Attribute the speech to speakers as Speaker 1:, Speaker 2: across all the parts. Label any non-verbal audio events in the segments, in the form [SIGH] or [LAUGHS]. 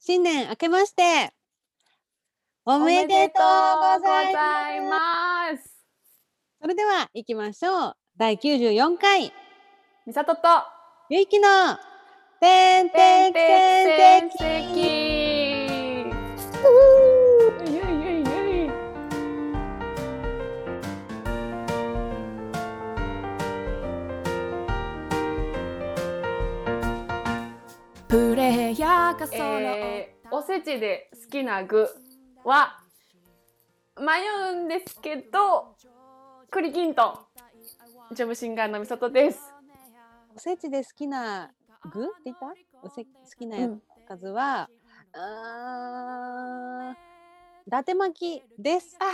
Speaker 1: 新年明けましてお
Speaker 2: お
Speaker 1: めでとうございます
Speaker 2: います。
Speaker 1: それでは行きましょう第94回
Speaker 2: みさとと、
Speaker 1: ゆいきのてんてんてんてんてん
Speaker 2: てんゆいゆいゆい。
Speaker 3: プレイヤーが揃
Speaker 2: えー、おせちで好きな具は迷うんですけど、栗きんとん。ジョブシンガーのみさとです。
Speaker 1: おせちで好きな具って言ったおせ好きな
Speaker 2: う
Speaker 1: や
Speaker 2: ん
Speaker 1: つは、あー伊達巻きです
Speaker 2: あ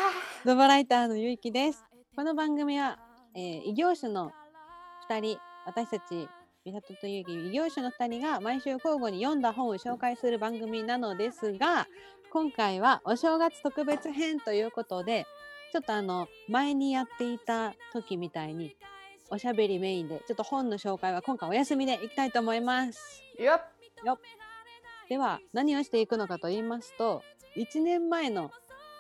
Speaker 1: ドバライターのゆいきです。この番組は、えー異業種の2人、私たち、美里とゆいき、異業種の2人が毎週交互に読んだ本を紹介する番組なのですが、今回はお正月特別編ということで、ちょっとあの、前にやっていた時みたいに、おしゃべりメインで、ちょっと本の紹介は今回お休みでいきたいと思います。
Speaker 2: ーよっ。
Speaker 1: では何をしていくのかと言いますと1年前の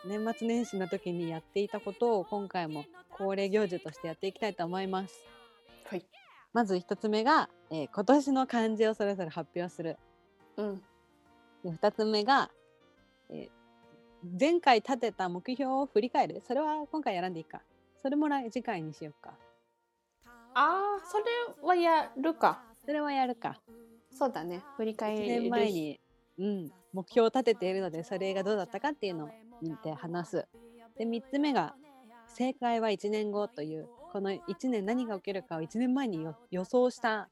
Speaker 1: 年末年始の時にやっていたことを今回も恒例行事としてやっていきたいと思います
Speaker 2: はい。
Speaker 1: まず1つ目が、えー今年の漢字をそれぞれ発表する
Speaker 2: うん。
Speaker 1: で2つ目が、えー前回立てた目標を振り返るそれは今回やらんでいいかそれも来次回にしようか
Speaker 2: あー、それはやるか。
Speaker 1: それはやるか
Speaker 2: そうだね。振り返
Speaker 1: 1
Speaker 2: る
Speaker 1: 年前に、うん、目標を立てているのでそれがどうだったかっていうのを見て話すで3つ目が正解は1年後というこの1年何が起きるかを1年前によ予想した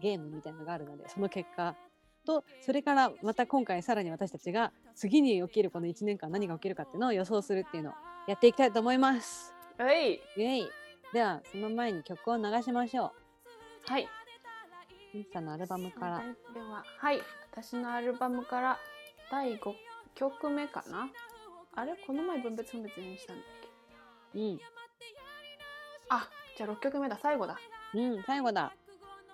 Speaker 1: ゲームみたいなのがあるのでその結果とそれからまた今回さらに私たちが次に起きるこの1年間何が起きるかっていうのを予想するっていうのをやっていきたいと思います
Speaker 2: はい。
Speaker 1: イエイではその前に曲を流しましょ
Speaker 2: はい。
Speaker 1: うミンさんのアルバムから
Speaker 2: では、はい、私のアルバムから第5曲目かなあれこの前分別分別にしたんだっけ
Speaker 1: うん
Speaker 2: あ、じゃあ6曲目だ、最後だ。
Speaker 1: うん最後だ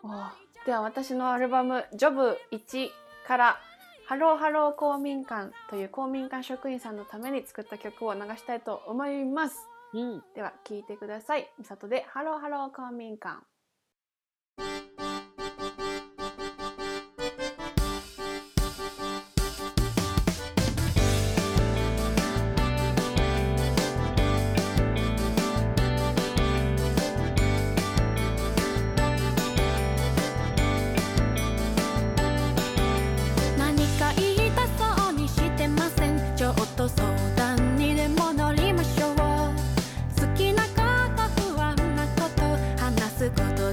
Speaker 2: おーでは私のアルバム「ジョブ1から「ハローハロー公民館」という公民館職員さんのために作った曲を流したいと思います。
Speaker 1: うん
Speaker 2: では聴いてください。みさとで「ハローハロー公民館」。
Speaker 3: 何か言いたそうにしてませんちょっと相談にでも乗りましょう好きなこと不安なこと話すこと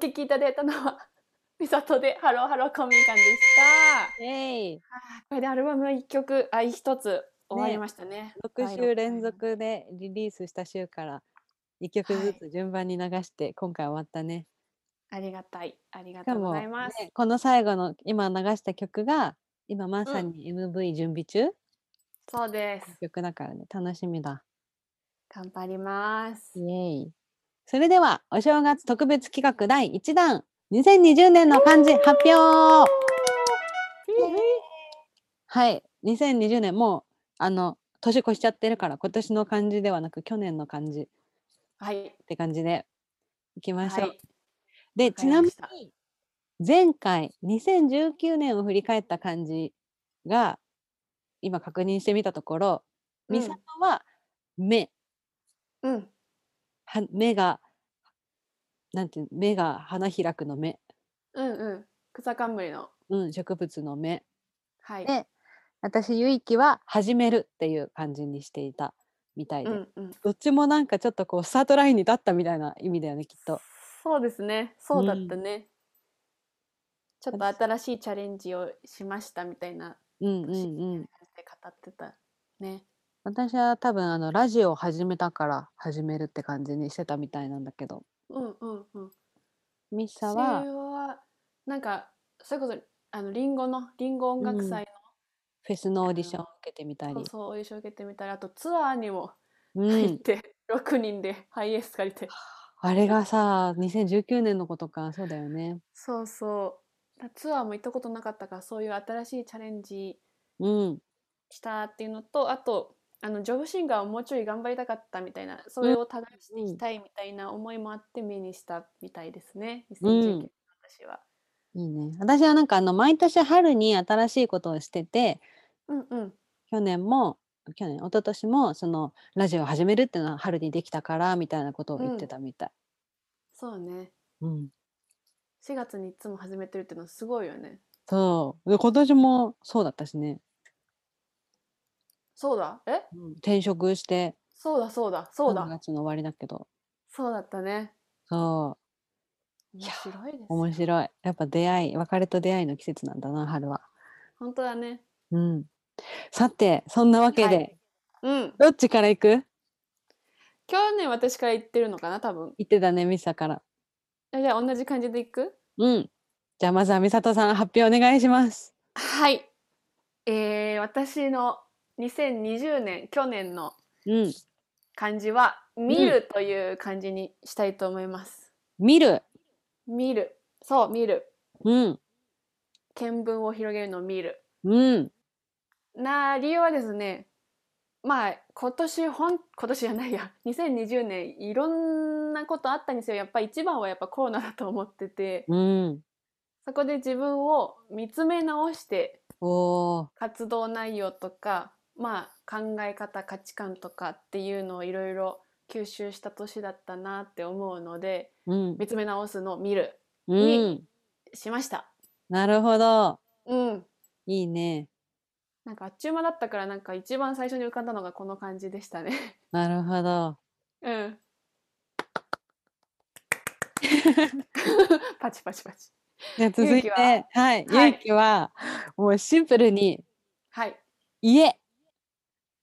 Speaker 2: 聞きいただいたのは [LAUGHS] みさとでハローハロー公民館でした。
Speaker 1: イエーイ
Speaker 2: これでアルバム一曲あ一つ終わりましたね。
Speaker 1: 6週連続でリリースした週から1曲ずつ順番に流して今回終わったね。
Speaker 2: ありがたいありが
Speaker 1: しか
Speaker 2: とう
Speaker 1: も
Speaker 2: ございます。
Speaker 1: ねこの最後の今流した曲が今まさに MV 準備中、
Speaker 2: そうです。
Speaker 1: 曲だからね楽しみだ。
Speaker 2: 頑張ります
Speaker 1: イエ。ーイそれではお正月特別企画第1弾2020年の漢字発表はい2020年もうあの年越しちゃってるから今年の漢字ではなく去年の漢字っ
Speaker 2: はい。
Speaker 1: て感じでいきまし
Speaker 2: は
Speaker 1: ょう。
Speaker 2: い。
Speaker 1: で
Speaker 2: か
Speaker 1: ち
Speaker 2: り
Speaker 1: な
Speaker 2: ま
Speaker 1: み
Speaker 2: した
Speaker 1: に前回2019年を振り返った感じが今確認してみたところ、
Speaker 2: うん
Speaker 1: ミサトは目
Speaker 2: うん。
Speaker 1: は目がなんていう目が花開くの目、
Speaker 2: うんうん。草冠の。
Speaker 1: うん、植物の目
Speaker 2: はい。
Speaker 1: で私ゆいきは始めるっていう感じにしていたみたいで、
Speaker 2: うんうん。
Speaker 1: どっちもなんかちょっとこうスタートラインに立ったみたいな意味だよねきっと。
Speaker 2: そうですね。そうだったね。ちょっと新しいチャレンジをしましたみたいな
Speaker 1: うんう
Speaker 2: 感じで
Speaker 1: んうん、
Speaker 2: 語ってたね。
Speaker 1: 私は多分あのラジオを始めたから始めるって感じにしてたみたいなんだけど
Speaker 2: うんうんうん。
Speaker 1: ミサ
Speaker 2: 私
Speaker 1: は
Speaker 2: はなんかそれこそあのリンゴのリンゴ音楽祭
Speaker 1: フェスのオーディションを受けてみたり
Speaker 2: の、そうお優勝を受けてみたりあとツアーにも
Speaker 1: う
Speaker 2: 入っ
Speaker 1: ん、
Speaker 2: て、6人でハイエース借りて
Speaker 1: あれがさ2019年のことかそうだよね
Speaker 2: そうそうだツアーも行ったことなかったからそういう新しいチャレンジ
Speaker 1: うん
Speaker 2: したっていうのとあとあのジョブシンガーをもうちょい頑張りたかったみたいなそれを耕していきたいみたいな思いもあって目にしたみたいですね2019
Speaker 1: うん
Speaker 2: 年の私は。
Speaker 1: いいね私はなんかあの毎年春に新しいことをしてて
Speaker 2: うんうん
Speaker 1: 去年も去年一昨年もそのラジオを始めるっていうのは春にできたからみたいなことを言ってたみたい、
Speaker 2: そうね
Speaker 1: うん、
Speaker 2: 4月にいつも始めてるっていうのはすごいよね。
Speaker 1: そうで今年もそうだったしね、
Speaker 2: そうだえ
Speaker 1: 転職して
Speaker 2: そうだそうだそう
Speaker 1: 3
Speaker 2: だ
Speaker 1: 月の終わりだけど
Speaker 2: そうだったね。
Speaker 1: そうい
Speaker 2: 面
Speaker 1: や
Speaker 2: 白いです。
Speaker 1: 面白い。やっぱ出会い、別れと出会いの季節なんだな、春は。
Speaker 2: 本当だね。
Speaker 1: うん。さて、そんなわけで、
Speaker 2: はいうん。
Speaker 1: どっちから行く
Speaker 2: 去年私から言ってるのかな多分。
Speaker 1: 言ってたね、ミサから。
Speaker 2: えじゃあ同じ感じでいく
Speaker 1: うん。じゃあ、まずはミサトさん、発表お願いします。
Speaker 2: はい。えー、私の2020年去年の
Speaker 1: うん。
Speaker 2: 漢字は「見る」という漢字にしたいと思います。
Speaker 1: 見る。
Speaker 2: 見る。そう見る。
Speaker 1: うん。
Speaker 2: 見聞を広げるのを見る。
Speaker 1: うん。
Speaker 2: な理由はですねまあ今年ほん今年じゃないや2020年いろんなことあったんですよやっぱ一番はやっぱコロナだと思ってて
Speaker 1: うん。
Speaker 2: そこで自分を見つめ直して
Speaker 1: おー。
Speaker 2: 活動内容とかまあ考え方価値観とかっていうのをいろいろ吸収した年だったなって思うので
Speaker 1: うん。
Speaker 2: 見つめ直すのを見る
Speaker 1: うん。
Speaker 2: しました。
Speaker 1: なるほど。
Speaker 2: うん
Speaker 1: いいね。
Speaker 2: なんかあっちゅう間だったからなんか一番最初に浮かんだのがこの感じでしたね。
Speaker 1: なるほど。 [LAUGHS]
Speaker 2: うん。パチパチパチ。
Speaker 1: じゃあ、続いて、
Speaker 2: ゆうき
Speaker 1: は。
Speaker 2: はいは
Speaker 1: ゆ
Speaker 2: いう
Speaker 1: きは、もうシンプルに、 [LAUGHS]
Speaker 2: はい。
Speaker 1: 家。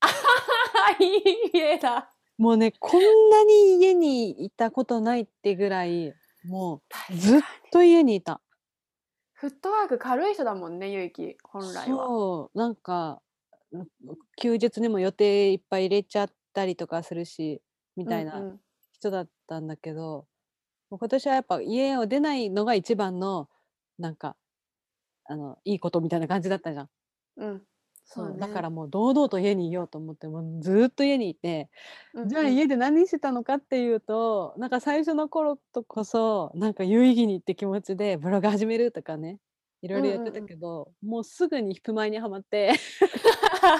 Speaker 2: はい、家だ。
Speaker 1: もうね、こんなに家にいたことないってぐらい、もうずっと家にいた。
Speaker 2: フットワーク軽い人だもんね、ゆうき、本来は。
Speaker 1: そう、なんか、う休日にも予定いっぱい入れちゃったりとかするし、みたい
Speaker 2: うんう
Speaker 1: なん人だったんだけど、もう今年はやっぱ家を出ないのが一番の、なんか、あの、いいことみたいな感じだったじゃん。
Speaker 2: うん。そうね
Speaker 1: だからもう堂々と家にいようと思って、もうずっと家にいて、
Speaker 2: うんうん
Speaker 1: じゃあ
Speaker 2: [LAUGHS]
Speaker 1: 家で何してたのかっていうとなんか最初の頃とこそなんか有意義にって気持ちでブログ始めるとかねいろいろやってたけど、もうすぐにヒップマイにはまって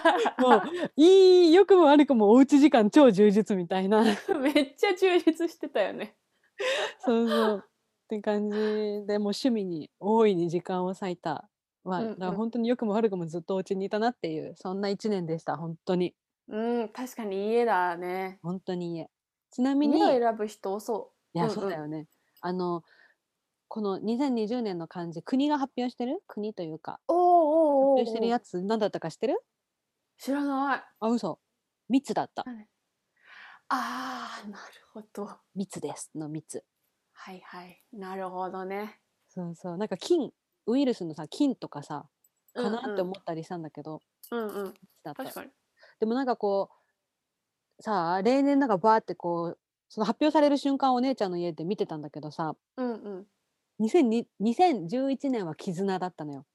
Speaker 2: [LAUGHS]
Speaker 1: もういい良くも悪くもおうち時間超充実みたいな
Speaker 2: めっちゃ充実してたよね。
Speaker 1: そうそうって感じでもう趣味に大いに時間を割いた、まあ
Speaker 2: うんうん
Speaker 1: だから本当に良くも悪くもずっとお家にいたなっていうそんな1年でした本当に
Speaker 2: うん、確かに家だね。
Speaker 1: 本当に家ちなみに
Speaker 2: 家を選ぶ人多そ
Speaker 1: いや、
Speaker 2: うん
Speaker 1: そうだよね。あの、この2020年の漢字国が発表してる国というか発
Speaker 2: おーおーおーお
Speaker 1: 表してるや
Speaker 2: つ
Speaker 1: つ何だったか知ってる
Speaker 2: 知らない
Speaker 1: あ嘘密だった
Speaker 2: 何あーなるほど
Speaker 1: 密ですの密
Speaker 2: はいはいなるほどね
Speaker 1: そうそうなんか菌ウイルスのさ菌とかさかなって思
Speaker 2: っ
Speaker 1: ったりしたんだけど、
Speaker 2: たうんうん
Speaker 1: 密だった
Speaker 2: 確かに
Speaker 1: でもなんかこうさあ例年なんかバーってこうその発表される瞬間をお姉ちゃんの家で見てたんだけどさ
Speaker 2: うんうん
Speaker 1: 2002 2011年は絆だったのよ。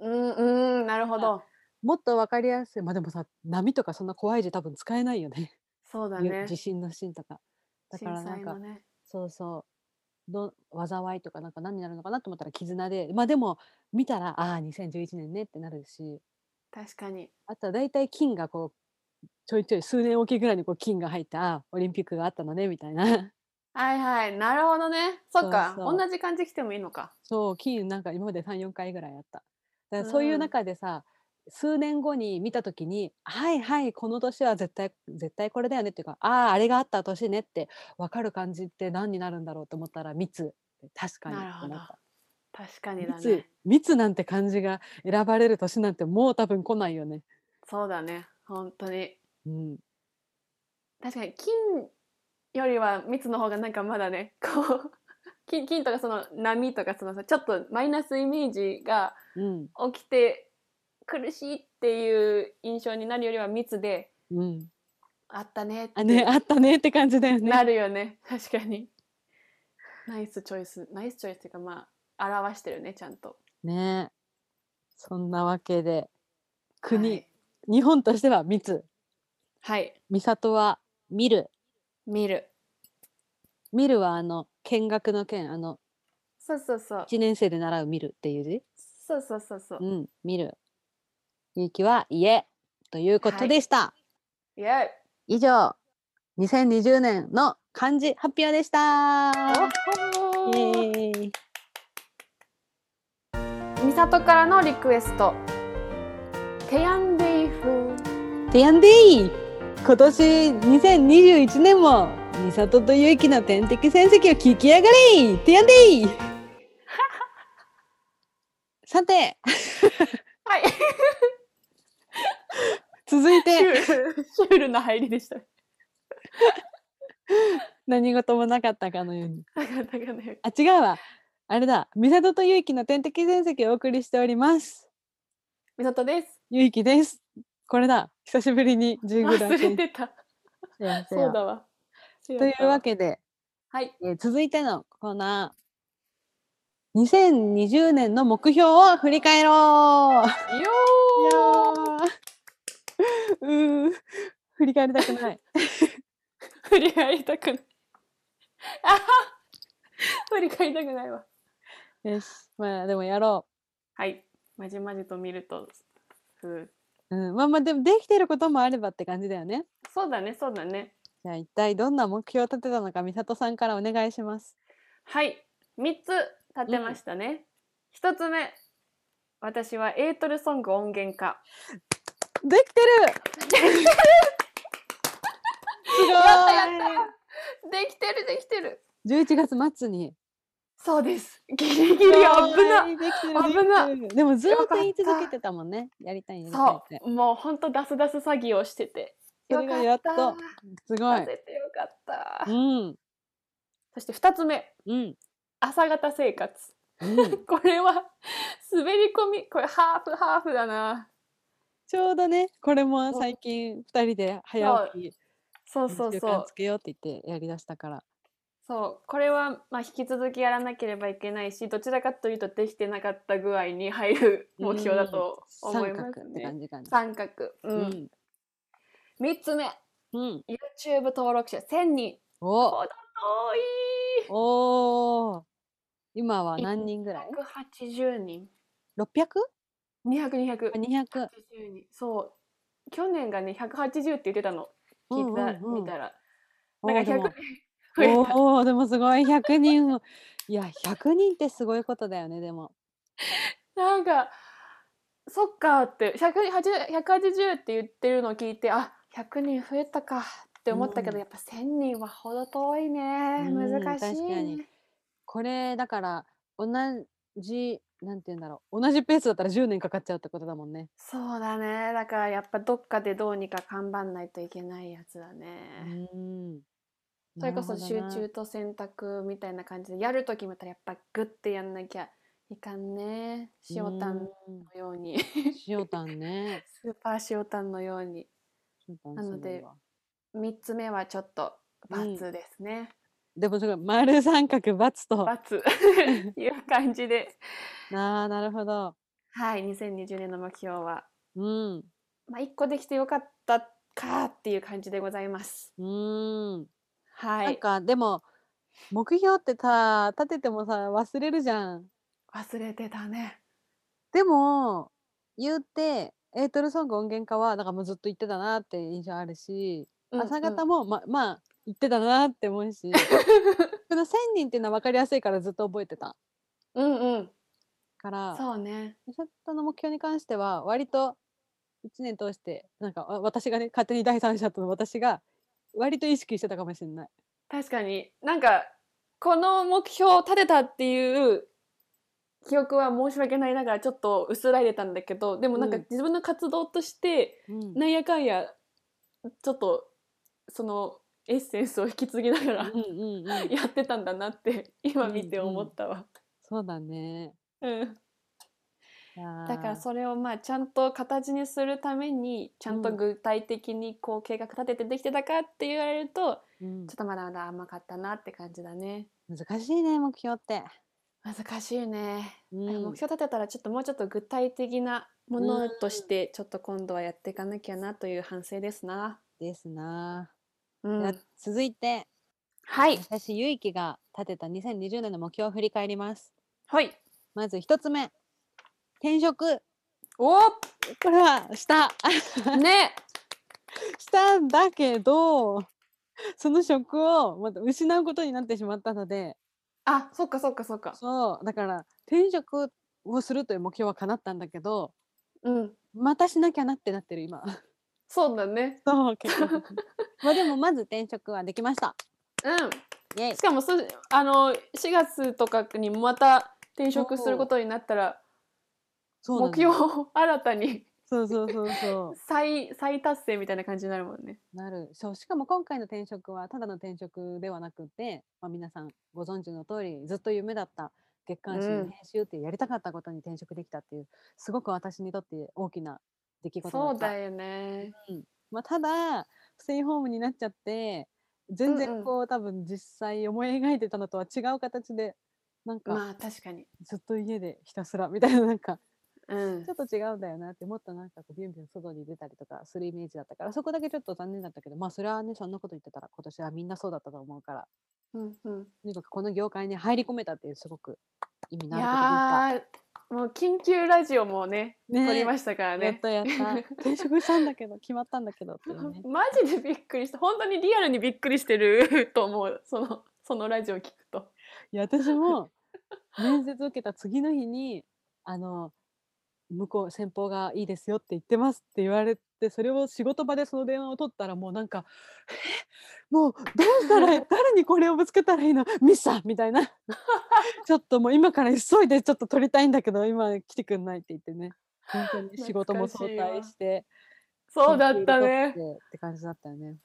Speaker 2: うんうんなるほど
Speaker 1: もっとわかりやすいまあでもさ波とかそんな怖い字多分使えないよね
Speaker 2: そうだ
Speaker 1: ゆ
Speaker 2: ね
Speaker 1: 地震の震とかだ
Speaker 2: 震
Speaker 1: からなん
Speaker 2: 災
Speaker 1: か、
Speaker 2: のね
Speaker 1: そうそうど災いとかなんか何になるのかなと思ったら絆でまあでも見たらああ2011年ねってなるし
Speaker 2: 確かに
Speaker 1: あとは大体金がこうちょいちょい数年おきぐらいにこう金が入ったあーオリンピックがあったのねみたいな。
Speaker 2: はいはいなるほどねそっか
Speaker 1: そうそう
Speaker 2: 同じ感じ来てもいいのか
Speaker 1: そう金なんか今まで34回ぐらいあっただからそういううん中でさ、数年後に見た時に「はいはいこの年は絶対絶対これだよね」っていうか「あああれがあった年ね」って分かる感じって何になるんだろうと思ったら密確かに
Speaker 2: なるほ
Speaker 1: って
Speaker 2: ど
Speaker 1: なった
Speaker 2: 確かにだ
Speaker 1: 密
Speaker 2: ね
Speaker 1: 密なんて漢字が選ばれる年なんてもう多分来ないよね。
Speaker 2: そうだね本当に
Speaker 1: うん、
Speaker 2: 確かに金よりは蜜の方がなんかまだねこう [LAUGHS] 金金とかその波とかそのさちょっとマイナスイメージが
Speaker 1: うん
Speaker 2: 起きて苦しいっていう印象になるよりは蜜で
Speaker 1: うん、
Speaker 2: あったねって
Speaker 1: あねあったねって感じだよね。
Speaker 2: なるよね確かにナイスチョイスナイスチョイスっていうかまあ表してるねちゃんと
Speaker 1: ねそんなわけで国、
Speaker 2: はい、
Speaker 1: 日本としては密
Speaker 2: はい、
Speaker 1: 美里は見る
Speaker 2: 見る
Speaker 1: 見るはあの見学の見あの
Speaker 2: そうそうそう
Speaker 1: 1年生で習う見るっていう字
Speaker 2: そうそうそうそう
Speaker 1: うん見るゆうきは家ということでした、
Speaker 2: イエ
Speaker 1: 以上2020年の漢字発表でした
Speaker 2: イお
Speaker 1: イエ
Speaker 2: ー
Speaker 1: ーイ
Speaker 2: みさとからのリクエスト。テヤンデイフ。
Speaker 1: てやんでい今年2021年も美里とゆうきの天敵戦績を聞き上がれてやんでいさて
Speaker 2: はい。
Speaker 1: [LAUGHS] 続い
Speaker 2: シュ
Speaker 1: て
Speaker 2: ール、シュールな入りでした。
Speaker 1: 何事もなかったかのように
Speaker 2: なかなかね。
Speaker 1: あ違うわ。あれだ。美里とゆうきの天敵戦績をお送りしております。
Speaker 2: みさとです。
Speaker 1: ゆうきです。これだ。久しぶりに十グラ
Speaker 2: 忘れてた。そうだわ。と
Speaker 1: というわ。けで、
Speaker 2: はい。
Speaker 1: えー続いてのコーナー。2020年の目標を振り返ろう。
Speaker 2: よ
Speaker 1: いやーうー振り返りたくない。
Speaker 2: ー。振り返りたくない。あは。振り返りたくないわ。
Speaker 1: よし。まあでもやろ
Speaker 2: はい。まじまじと見ると。ふう
Speaker 1: う。うん、まあまあでもできてることもあればって感じだよね。
Speaker 2: そうだね。そうだね。
Speaker 1: じゃあ一体どんな目標を立てたのか美里さんからお願いします。
Speaker 2: はい。三つ立てましたね。一、つ目。私はエイトルソング音源化。
Speaker 1: できてる。
Speaker 2: [LAUGHS]
Speaker 1: すごい
Speaker 2: やったやったできてるできてる
Speaker 1: 11月末に
Speaker 2: そうですギリギリ危な
Speaker 1: できてる
Speaker 2: 危な
Speaker 1: できてるでもずっ
Speaker 2: よ
Speaker 1: と
Speaker 2: かった
Speaker 1: 言い続けてたもんねやりたいやりたいっ
Speaker 2: そ
Speaker 1: て
Speaker 2: うもうほんとダスダス詐欺をしてて
Speaker 1: それがやっと
Speaker 2: よか
Speaker 1: す
Speaker 2: た
Speaker 1: ごい
Speaker 2: 出てよかった、
Speaker 1: うん
Speaker 2: そして2つ目
Speaker 1: うん
Speaker 2: 朝型生活
Speaker 1: うん、
Speaker 2: [LAUGHS] これは滑り込みこれハーフハーフだな
Speaker 1: ちょうどねこれも最近2人で早起き
Speaker 2: そう
Speaker 1: そ
Speaker 2: そうう
Speaker 1: 習
Speaker 2: そ
Speaker 1: 慣
Speaker 2: う
Speaker 1: つけようって言ってやりだしたから
Speaker 2: そうこれはまあ引き続きやらなければいけないしどちらかというとできてなかった具合に入る目標だと
Speaker 1: 三
Speaker 2: 思い
Speaker 1: 角
Speaker 2: ます
Speaker 1: って
Speaker 2: ね
Speaker 1: 感じかな
Speaker 2: 三角うん、三つ目
Speaker 1: うん、うん、
Speaker 2: YouTube 登録者1000人
Speaker 1: お
Speaker 2: こ遠い
Speaker 1: おー今は何人ぐらい
Speaker 2: 180人
Speaker 1: ?600?200
Speaker 2: 200280人そう去年がね180って言ってたの聞いた、見たらなんか100人増え
Speaker 1: お
Speaker 2: た
Speaker 1: おーでもすごい100人をいや100人ってすごいことだよねでも
Speaker 2: なんかそっかって180 180って言ってるのを聞いてあ100人増えたかって思ったけど、
Speaker 1: うん
Speaker 2: やっぱ1000人はほど遠いね
Speaker 1: うん
Speaker 2: 難しい
Speaker 1: 確かに
Speaker 2: ね
Speaker 1: これだから同じなんて言うんだろう同じペースだったら10年かかっちゃうってことだもんね。
Speaker 2: そうだねだからやっぱどっかでどうにか頑張んないといけないやつだね、
Speaker 1: うん
Speaker 2: それこそ
Speaker 1: な
Speaker 2: 集
Speaker 1: るほどな
Speaker 2: 中と選択みたいな感じでやると決めたらやっぱグッてやんなきゃいかんね塩タンの
Speaker 1: うん
Speaker 2: よう [LAUGHS] に
Speaker 1: 塩タンね。
Speaker 2: スーパー塩タンのように
Speaker 1: 塩タン
Speaker 2: [LAUGHS] なのです
Speaker 1: ごいわ
Speaker 2: 3つ目はちょっと
Speaker 1: うん
Speaker 2: ×ですね、
Speaker 1: でもすごい丸三角バツと。
Speaker 2: ×
Speaker 1: [LAUGHS]
Speaker 2: いう感じで
Speaker 1: ああなるほど。
Speaker 2: はい2020年の目標は、
Speaker 1: うん。
Speaker 2: まあ、1個できてよかったかっていう感じでございます
Speaker 1: うん。
Speaker 2: は
Speaker 1: なん
Speaker 2: い
Speaker 1: かでも目標ってさ立ててもさ忘れるじゃん。
Speaker 2: 忘れてたね
Speaker 1: でも言ってエイトルソング音源化はなんかもうずっと言ってたなって印象あるし、朝方
Speaker 2: も
Speaker 1: もままあ言ってたなって思 [LAUGHS] うしこの1,000人っていうのは分かりやすいからずっと覚えてた
Speaker 2: うんうん
Speaker 1: から
Speaker 2: そうね
Speaker 1: ミサトの目標に関しては割と1年通してなんかわ私がね勝手に第三者との私が割と意識してたかもしれない。
Speaker 2: 確かになんかこの目標を立てたっていう記憶は申し訳ないながらちょっと薄らいでたんだけどでもなんか
Speaker 1: うん
Speaker 2: 自分の活動として
Speaker 1: うん
Speaker 2: なんやかんやちょっとそのエッセンスを引き継ぎながら
Speaker 1: うんうんうん、
Speaker 2: [LAUGHS] やってたんだなって今見て思ったわ。
Speaker 1: そうだね。
Speaker 2: うん
Speaker 1: いやー
Speaker 2: だからそれをまあちゃんと形にするためにちゃんと
Speaker 1: うん
Speaker 2: 具体的にこう計画立ててできてたかって言われると
Speaker 1: うん
Speaker 2: ちょっとまだまだ甘かったなって感じだね。
Speaker 1: 難しいね目標って。
Speaker 2: 難しいね。
Speaker 1: うん
Speaker 2: 目標立てたらちょっともうちょっと具体的なものとしてちょっと今度はやっていかなきゃなという反省ですな。
Speaker 1: ですな
Speaker 2: う
Speaker 1: あ、
Speaker 2: ん
Speaker 1: では続いて
Speaker 2: はい。
Speaker 1: 私ゆいきが立てた2020年の目標を振り返ります
Speaker 2: はい。
Speaker 1: まず一つ目転職
Speaker 2: お
Speaker 1: これはした
Speaker 2: ー [LAUGHS] ね
Speaker 1: [LAUGHS] したんだけどその職をまた失うことになってしまったので
Speaker 2: あ、そっかそっかそっか。
Speaker 1: そうだから転職をするという目標は叶ったんだけど
Speaker 2: うん。
Speaker 1: またしなきゃなってなってる今
Speaker 2: そうだね。
Speaker 1: [LAUGHS] そう結構 [LAUGHS] まあでもまず転職はできました
Speaker 2: う
Speaker 1: イェイ
Speaker 2: ん。しかもそあの4月とかにまた転職することになったら
Speaker 1: そうな
Speaker 2: 目
Speaker 1: の
Speaker 2: 標を新たに [LAUGHS]
Speaker 1: そうそうそうそう
Speaker 2: 再再達成みたいな感じになるもんね。
Speaker 1: なるそうしかも今回の転職はただの転職ではなくて、まあ、皆さんご存知の通りずっと夢だった月刊誌
Speaker 2: う
Speaker 1: の
Speaker 2: ん
Speaker 1: 編集っていうやりたかったことに転職できたっていうすごく私にとって大きな出来事だ
Speaker 2: そ
Speaker 1: っ
Speaker 2: う
Speaker 1: た
Speaker 2: だよね。
Speaker 1: まあ、ただステイホームになっちゃって全
Speaker 2: うんうん
Speaker 1: 然こう、多分実際思い描いてたのとは違う形でなんか
Speaker 2: まあ確かに。
Speaker 1: ずっと家でひたすらみたいななんか
Speaker 2: うん
Speaker 1: ちょ。っと違うんだよなってもっとなんかこうビュンビュン外に出たりとかするイメージだったからそこだけちょっと残念だったけどまあそれはねそんなこと言ってたら今年はみんなそうだったと思うから
Speaker 2: うんうん。
Speaker 1: とにかくこの業界に入り込めたっていうすごく意味
Speaker 2: い
Speaker 1: のあ
Speaker 2: やーもう緊急ラジオもね
Speaker 1: ねえ
Speaker 2: 撮りましたから
Speaker 1: ることで
Speaker 2: ね
Speaker 1: きた。や
Speaker 2: [LAUGHS]
Speaker 1: ったやった転職したんだけど決まったんだけどっていうね
Speaker 2: マジでびっくりした本当にリアルにびっくりしてる [LAUGHS] と思うそのそのラジオ聞くと
Speaker 1: いや私も面接受けた次の日にあの向こう先方がいいですよって言ってますって言われてそれを仕事場でその電話を取ったらもうなんか「えもうどうしたら
Speaker 2: [LAUGHS]
Speaker 1: 誰にこれをぶつけたらいいのミスさん!」みたいな [LAUGHS] ちょっともう今から急いでちょっと取りたいんだけど今来てくんないって言ってね本当に仕事も
Speaker 2: 懐
Speaker 1: 早
Speaker 2: かしい
Speaker 1: 退
Speaker 2: わ
Speaker 1: して
Speaker 2: そうだった
Speaker 1: 緊急で
Speaker 2: ね
Speaker 1: 取ってって感じだったよね。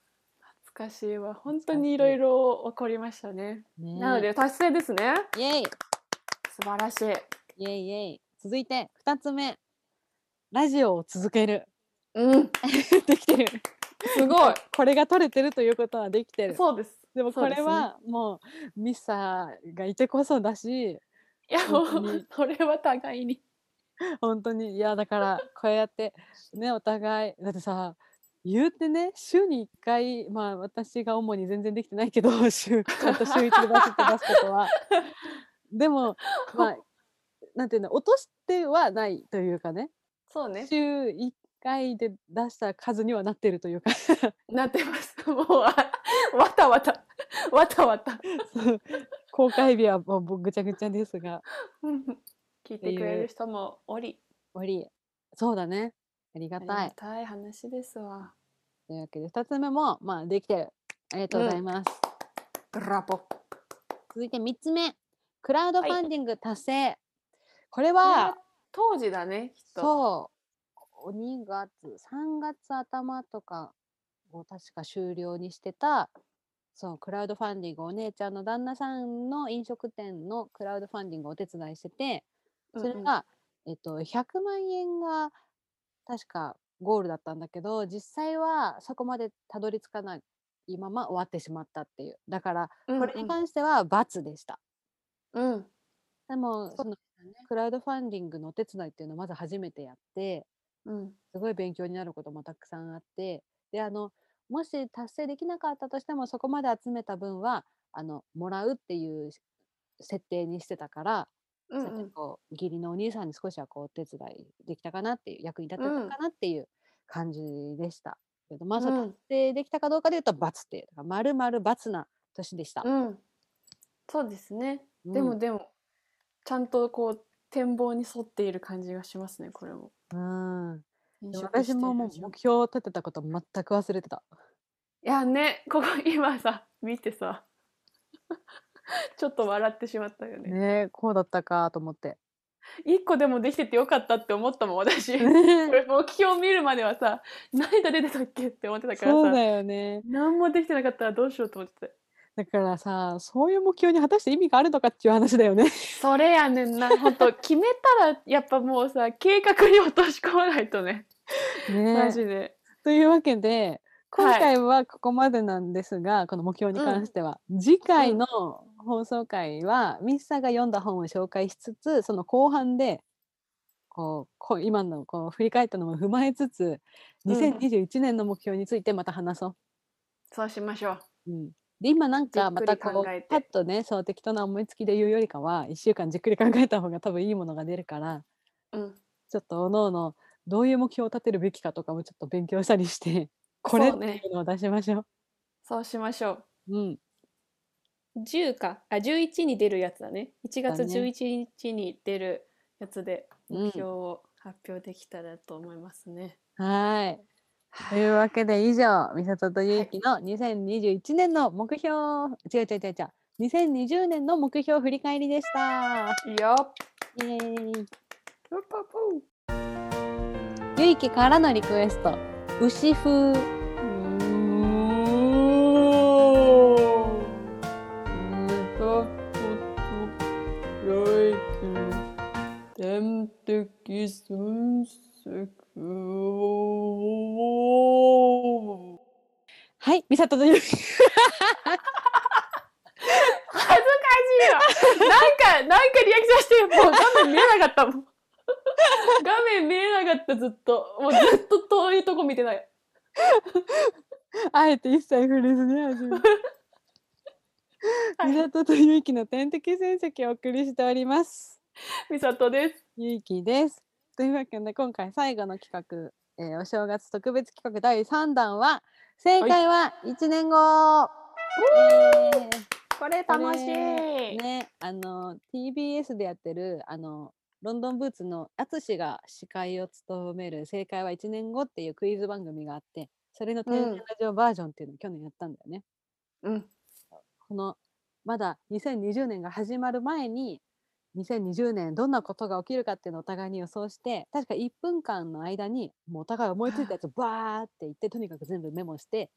Speaker 2: 懐かしいわ本当にいろいろ起こりましたね
Speaker 1: ねえ
Speaker 2: なので達成ですね
Speaker 1: イエイ
Speaker 2: 素晴らしい
Speaker 1: イエイイエイ続いて2つ目ラジオを続ける [LAUGHS]
Speaker 2: うん
Speaker 1: できてる [LAUGHS]
Speaker 2: すごい
Speaker 1: これが取れてるということはできてる
Speaker 2: そうです
Speaker 1: でも
Speaker 2: そ
Speaker 1: こ
Speaker 2: うです
Speaker 1: れ
Speaker 2: ね
Speaker 1: はもうミサがいてこそだし
Speaker 2: いやも
Speaker 1: 本当
Speaker 2: う
Speaker 1: に
Speaker 2: それは互いに
Speaker 1: 本当にいやだからこうやってねお互いだってさ言うてね週に1回まあ私が主に全然できてないけど [LAUGHS] 週ちゃんと週1でバシッと出すことはでもまあなんていうの落としてはないというかね
Speaker 2: そうね
Speaker 1: 週1回で出した数にはなってるという [LAUGHS] か
Speaker 2: なってます [LAUGHS] もうあわたわた [LAUGHS] わたわた
Speaker 1: そう公開日はもうぐちゃぐちゃですが
Speaker 2: うん聞いてくれる人もおり
Speaker 1: おりそうだねありが
Speaker 2: ありが
Speaker 1: たい
Speaker 2: たい話ですわ
Speaker 1: というわけで2つ目もまあできてるありがとうございます、
Speaker 2: ブラボ
Speaker 1: 続いて3つ目クラウドファンディング達成。これは、
Speaker 2: 当時だねきっと
Speaker 1: そう、2月、3月頭とかを確か終了にしてた、そう、クラウドファンディング、お姉ちゃんの旦那さんの飲食店のクラウドファンディングをお手伝いしてて、
Speaker 2: うん
Speaker 1: それが、えっと、100万円が確かゴールだったんだけど、実際はそこまでたどり着かないまま終わってしまったっていう。だから、
Speaker 2: うん
Speaker 1: これに関しては罰でした。
Speaker 2: うんうん
Speaker 1: でも、
Speaker 2: そ
Speaker 1: そのクラウドファンディングのお手伝いっていうのをまず初めてやって、
Speaker 2: うん
Speaker 1: すごい勉強になることもたくさんあって、で、あの、もし達成できなかったとしても、そこまで集めた分は、あの、もらうっていうし設定にしてたから、
Speaker 2: うん
Speaker 1: そうれ
Speaker 2: ん
Speaker 1: でこう義理のお兄さんに少しはこうお手伝いできたかなっていう、役に立てた
Speaker 2: うん
Speaker 1: かなっていう感じでした。けど、まあ、そうの
Speaker 2: ん
Speaker 1: 達成できたかどうかで言うと、罰っていう、だから丸々罰な年でした。
Speaker 2: うんそうですねで
Speaker 1: う
Speaker 2: も
Speaker 1: ん、
Speaker 2: でもちゃんとこう展望に沿っている感じがしますねこれも
Speaker 1: うん
Speaker 2: 飲
Speaker 1: でも
Speaker 2: 食して
Speaker 1: 私
Speaker 2: る
Speaker 1: ももう
Speaker 2: 味は
Speaker 1: 目標を立てたこと全く忘れてた。
Speaker 2: いやねここ今さ見てさ [LAUGHS] ちょっと笑ってしまったよね
Speaker 1: ねえこうだったかと思
Speaker 2: [LAUGHS]
Speaker 1: って。
Speaker 2: 一個でもできててよかったって思ったもん私こ
Speaker 1: ね
Speaker 2: れ目標見るまではさ何が出てたっけって思ってたから
Speaker 1: そう
Speaker 2: さ
Speaker 1: だよね。
Speaker 2: 何もできてなかったらどうしようと思って
Speaker 1: だからさそういう目標に果たして意味があるのかっていう話だよね。 [LAUGHS]
Speaker 2: てそれやねんな本当 [LAUGHS] 決めたらやっぱもうさ計画に落とし込まないとねマ
Speaker 1: ね
Speaker 2: ジで
Speaker 1: というわけで今
Speaker 2: はい
Speaker 1: 回はここまでなんですが、この目標に関しては、次回の放送回はミッサが読んだ本を紹介しつつその後半でこうこう今のこう振り返ったのも踏まえつつ
Speaker 2: うん
Speaker 1: 2021年の目標についてまた話そう。
Speaker 2: そうしましょう
Speaker 1: うんで今なんかま
Speaker 2: じったくり
Speaker 1: こう
Speaker 2: 考えて
Speaker 1: パッとねそう適当な思いつきで言うよりかは1週間じっくり考えた方が多分いいものが出るから
Speaker 2: うん
Speaker 1: ちょっとおのおのどういう目標を立てるべきかとかもちょっと勉強したりしてこれっ
Speaker 2: そう
Speaker 1: て
Speaker 2: ね
Speaker 1: いうのを出しましょう。
Speaker 2: そうしましょう
Speaker 1: うん、
Speaker 2: 10かあ11に出るやつだね1月
Speaker 1: だね
Speaker 2: 11日に出るやつで
Speaker 1: うん
Speaker 2: 目標を発表できたらと思いますね、
Speaker 1: はいというわけで以上美里とゆう
Speaker 2: はい
Speaker 1: きの2021年の目標、違う違う違う違う2020年の目標振り返りでした。
Speaker 2: いいよ
Speaker 1: イエーイ
Speaker 2: ぷぷぷ
Speaker 1: ゆいきからのリクエスト牛風
Speaker 2: 天敵寸足
Speaker 1: はい、美里とゆうき。 [LAUGHS]
Speaker 2: 恥ずかしいよなんかなんかリアクションしてよもう画面見えなかったもん [LAUGHS] 画面見えなかったずっともうずっと遠いとこ見てない
Speaker 1: あえて一切触れずに始めた。
Speaker 2: はい
Speaker 1: 美里とゆうきの天敵戦績をお送りしております。
Speaker 2: 美里です
Speaker 1: ゆいきです。というわけで今回最後の企画、えーお正月特別企画第3弾は正解は1年後、えー
Speaker 2: これ
Speaker 1: これね、あの TBS でやってるあのロンドンブーツの淳が司会を務める「正解は1年後」っていうクイズ番組があってそれの
Speaker 2: うん
Speaker 1: 天然ラジオバージョンっていうのを去年やったんだよね。
Speaker 2: うん。
Speaker 1: このまだ2020年が始まる前に2020年どんなことが起きるかっていうのをお互いに予想して確か1分間の間にもうお互い思いついたやつをバーって言ってとにかく全部メモして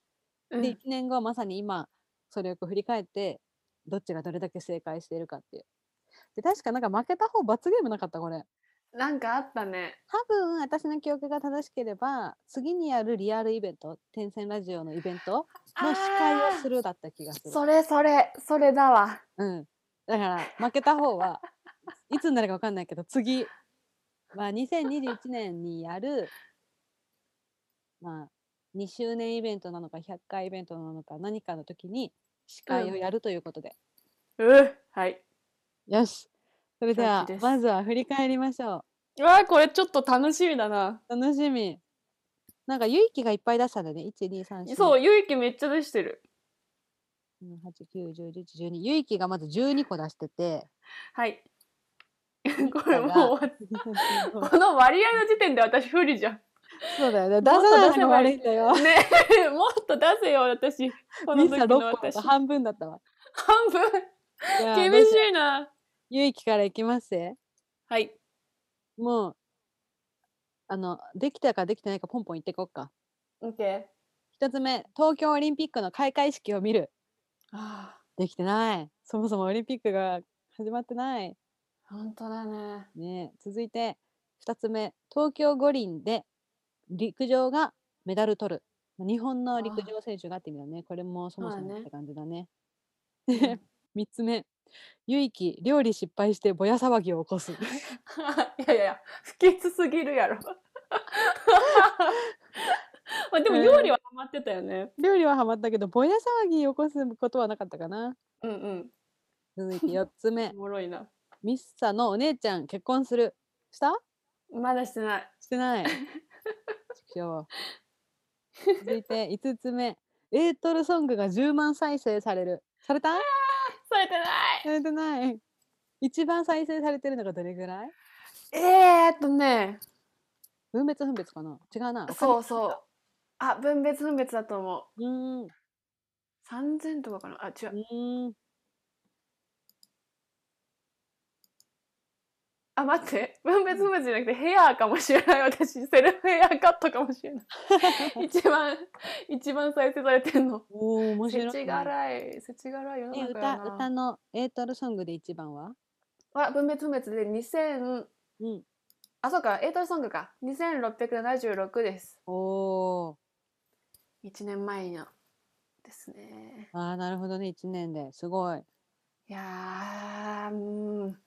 Speaker 2: うん
Speaker 1: で1年後まさに今それをこう振り返ってどっちがどれだけ正解しているかっていう。で確かなんか負けた方罰ゲームなかったこれ
Speaker 2: なんかあったね。
Speaker 1: 多分私の記憶が正しければ次にやるリアルイベント天線ラジオのイベントの司会をす
Speaker 2: る。
Speaker 1: るだった気がする
Speaker 2: それそれそれだわ。
Speaker 1: うん。だから負けた方はいつになるかわかんないけど次まあ2021年にやるまあ2周年イベントなのか100回イベントなのか何かの時に司会
Speaker 2: う
Speaker 1: を
Speaker 2: ん
Speaker 1: やるということで、
Speaker 2: うはい。
Speaker 1: よしそれでは
Speaker 2: 承知です
Speaker 1: まずは振り返りましょ
Speaker 2: うわこれちょっと楽しみだな。
Speaker 1: う楽しみなんかゆいきがいっぱい出したんだね123
Speaker 2: そうう、ゆいきめっちゃ出してる。
Speaker 1: 8910112ゆいきがまず12個出してて
Speaker 2: はい。 [LAUGHS] これもう終わ [LAUGHS] ったこの割合の時点で私不利じゃん。ね
Speaker 1: そうだよね出さないのが悪いんだよ
Speaker 2: えもっと出せよ私。この
Speaker 1: ミ
Speaker 2: 時
Speaker 1: サ
Speaker 2: の
Speaker 1: 六個だ
Speaker 2: 私。
Speaker 1: と
Speaker 2: 半
Speaker 1: 半分だったわ。
Speaker 2: 分
Speaker 1: いやー
Speaker 2: 厳
Speaker 1: どう
Speaker 2: し
Speaker 1: しよ
Speaker 2: いな。
Speaker 1: ゆいきからいきますね
Speaker 2: はい。
Speaker 1: もうあのできたかできてないかポンポン言ってこっか
Speaker 2: OK。
Speaker 1: 一つ目東京オリンピックの開会式を見る
Speaker 2: ああ、
Speaker 1: できてないそもそもオリンピックが始まってない
Speaker 2: 本当だね。
Speaker 1: ねえ続いて2つ目東京五輪で陸上がメダル取るまあ日本の陸
Speaker 2: あー
Speaker 1: 上選手がって意味だねこれもそもそ
Speaker 2: まあ
Speaker 1: も
Speaker 2: ね
Speaker 1: って感じだね
Speaker 2: うん
Speaker 1: 3つ目ゆいき料理失敗してぼや騒ぎを起こす
Speaker 2: [LAUGHS] いやいやいや、不潔すぎるやろ。 [LAUGHS] まあでも
Speaker 1: うん
Speaker 2: 料理はハマってたよね。
Speaker 1: 料理はハマったけどぼや騒ぎを起こすことはなかったかな
Speaker 2: うんうん。
Speaker 1: 続
Speaker 2: [LAUGHS]
Speaker 1: いて4つ目
Speaker 2: おもろいな。
Speaker 1: ミッサのお姉ちゃん結婚するした
Speaker 2: まだしてない。
Speaker 1: してない畜生続いて5つ目エートルソングが10万再生されるされた
Speaker 2: されてない。
Speaker 1: されてない。一番再生されてるのがどれぐらい
Speaker 2: えーっとね、
Speaker 1: 分別分別かな違うな。
Speaker 2: そうそう。あ、分別分別だと思
Speaker 1: う。う
Speaker 2: う。
Speaker 1: ーん。う
Speaker 2: 3000とかかなあ、違う。
Speaker 1: ーん。
Speaker 2: あ、待って。分別分別じゃなくてヘアーかもしれない。私、セルフヘアカットかもし [LAUGHS] れない。一番、一番再生されてんの。
Speaker 1: おお、面白い、
Speaker 2: せちがらい。せちがらい世の
Speaker 1: え、
Speaker 2: 中
Speaker 1: 歌、
Speaker 2: やな。
Speaker 1: 歌のエイトルソングで一番は
Speaker 2: は分別分別で2000
Speaker 1: うん。
Speaker 2: あそうかエイトルソングか2676です
Speaker 1: おお。
Speaker 2: 1年前のですね
Speaker 1: ああ、なるほどね。一年で。すごい。
Speaker 2: いや
Speaker 1: [LAUGHS]
Speaker 2: ーうん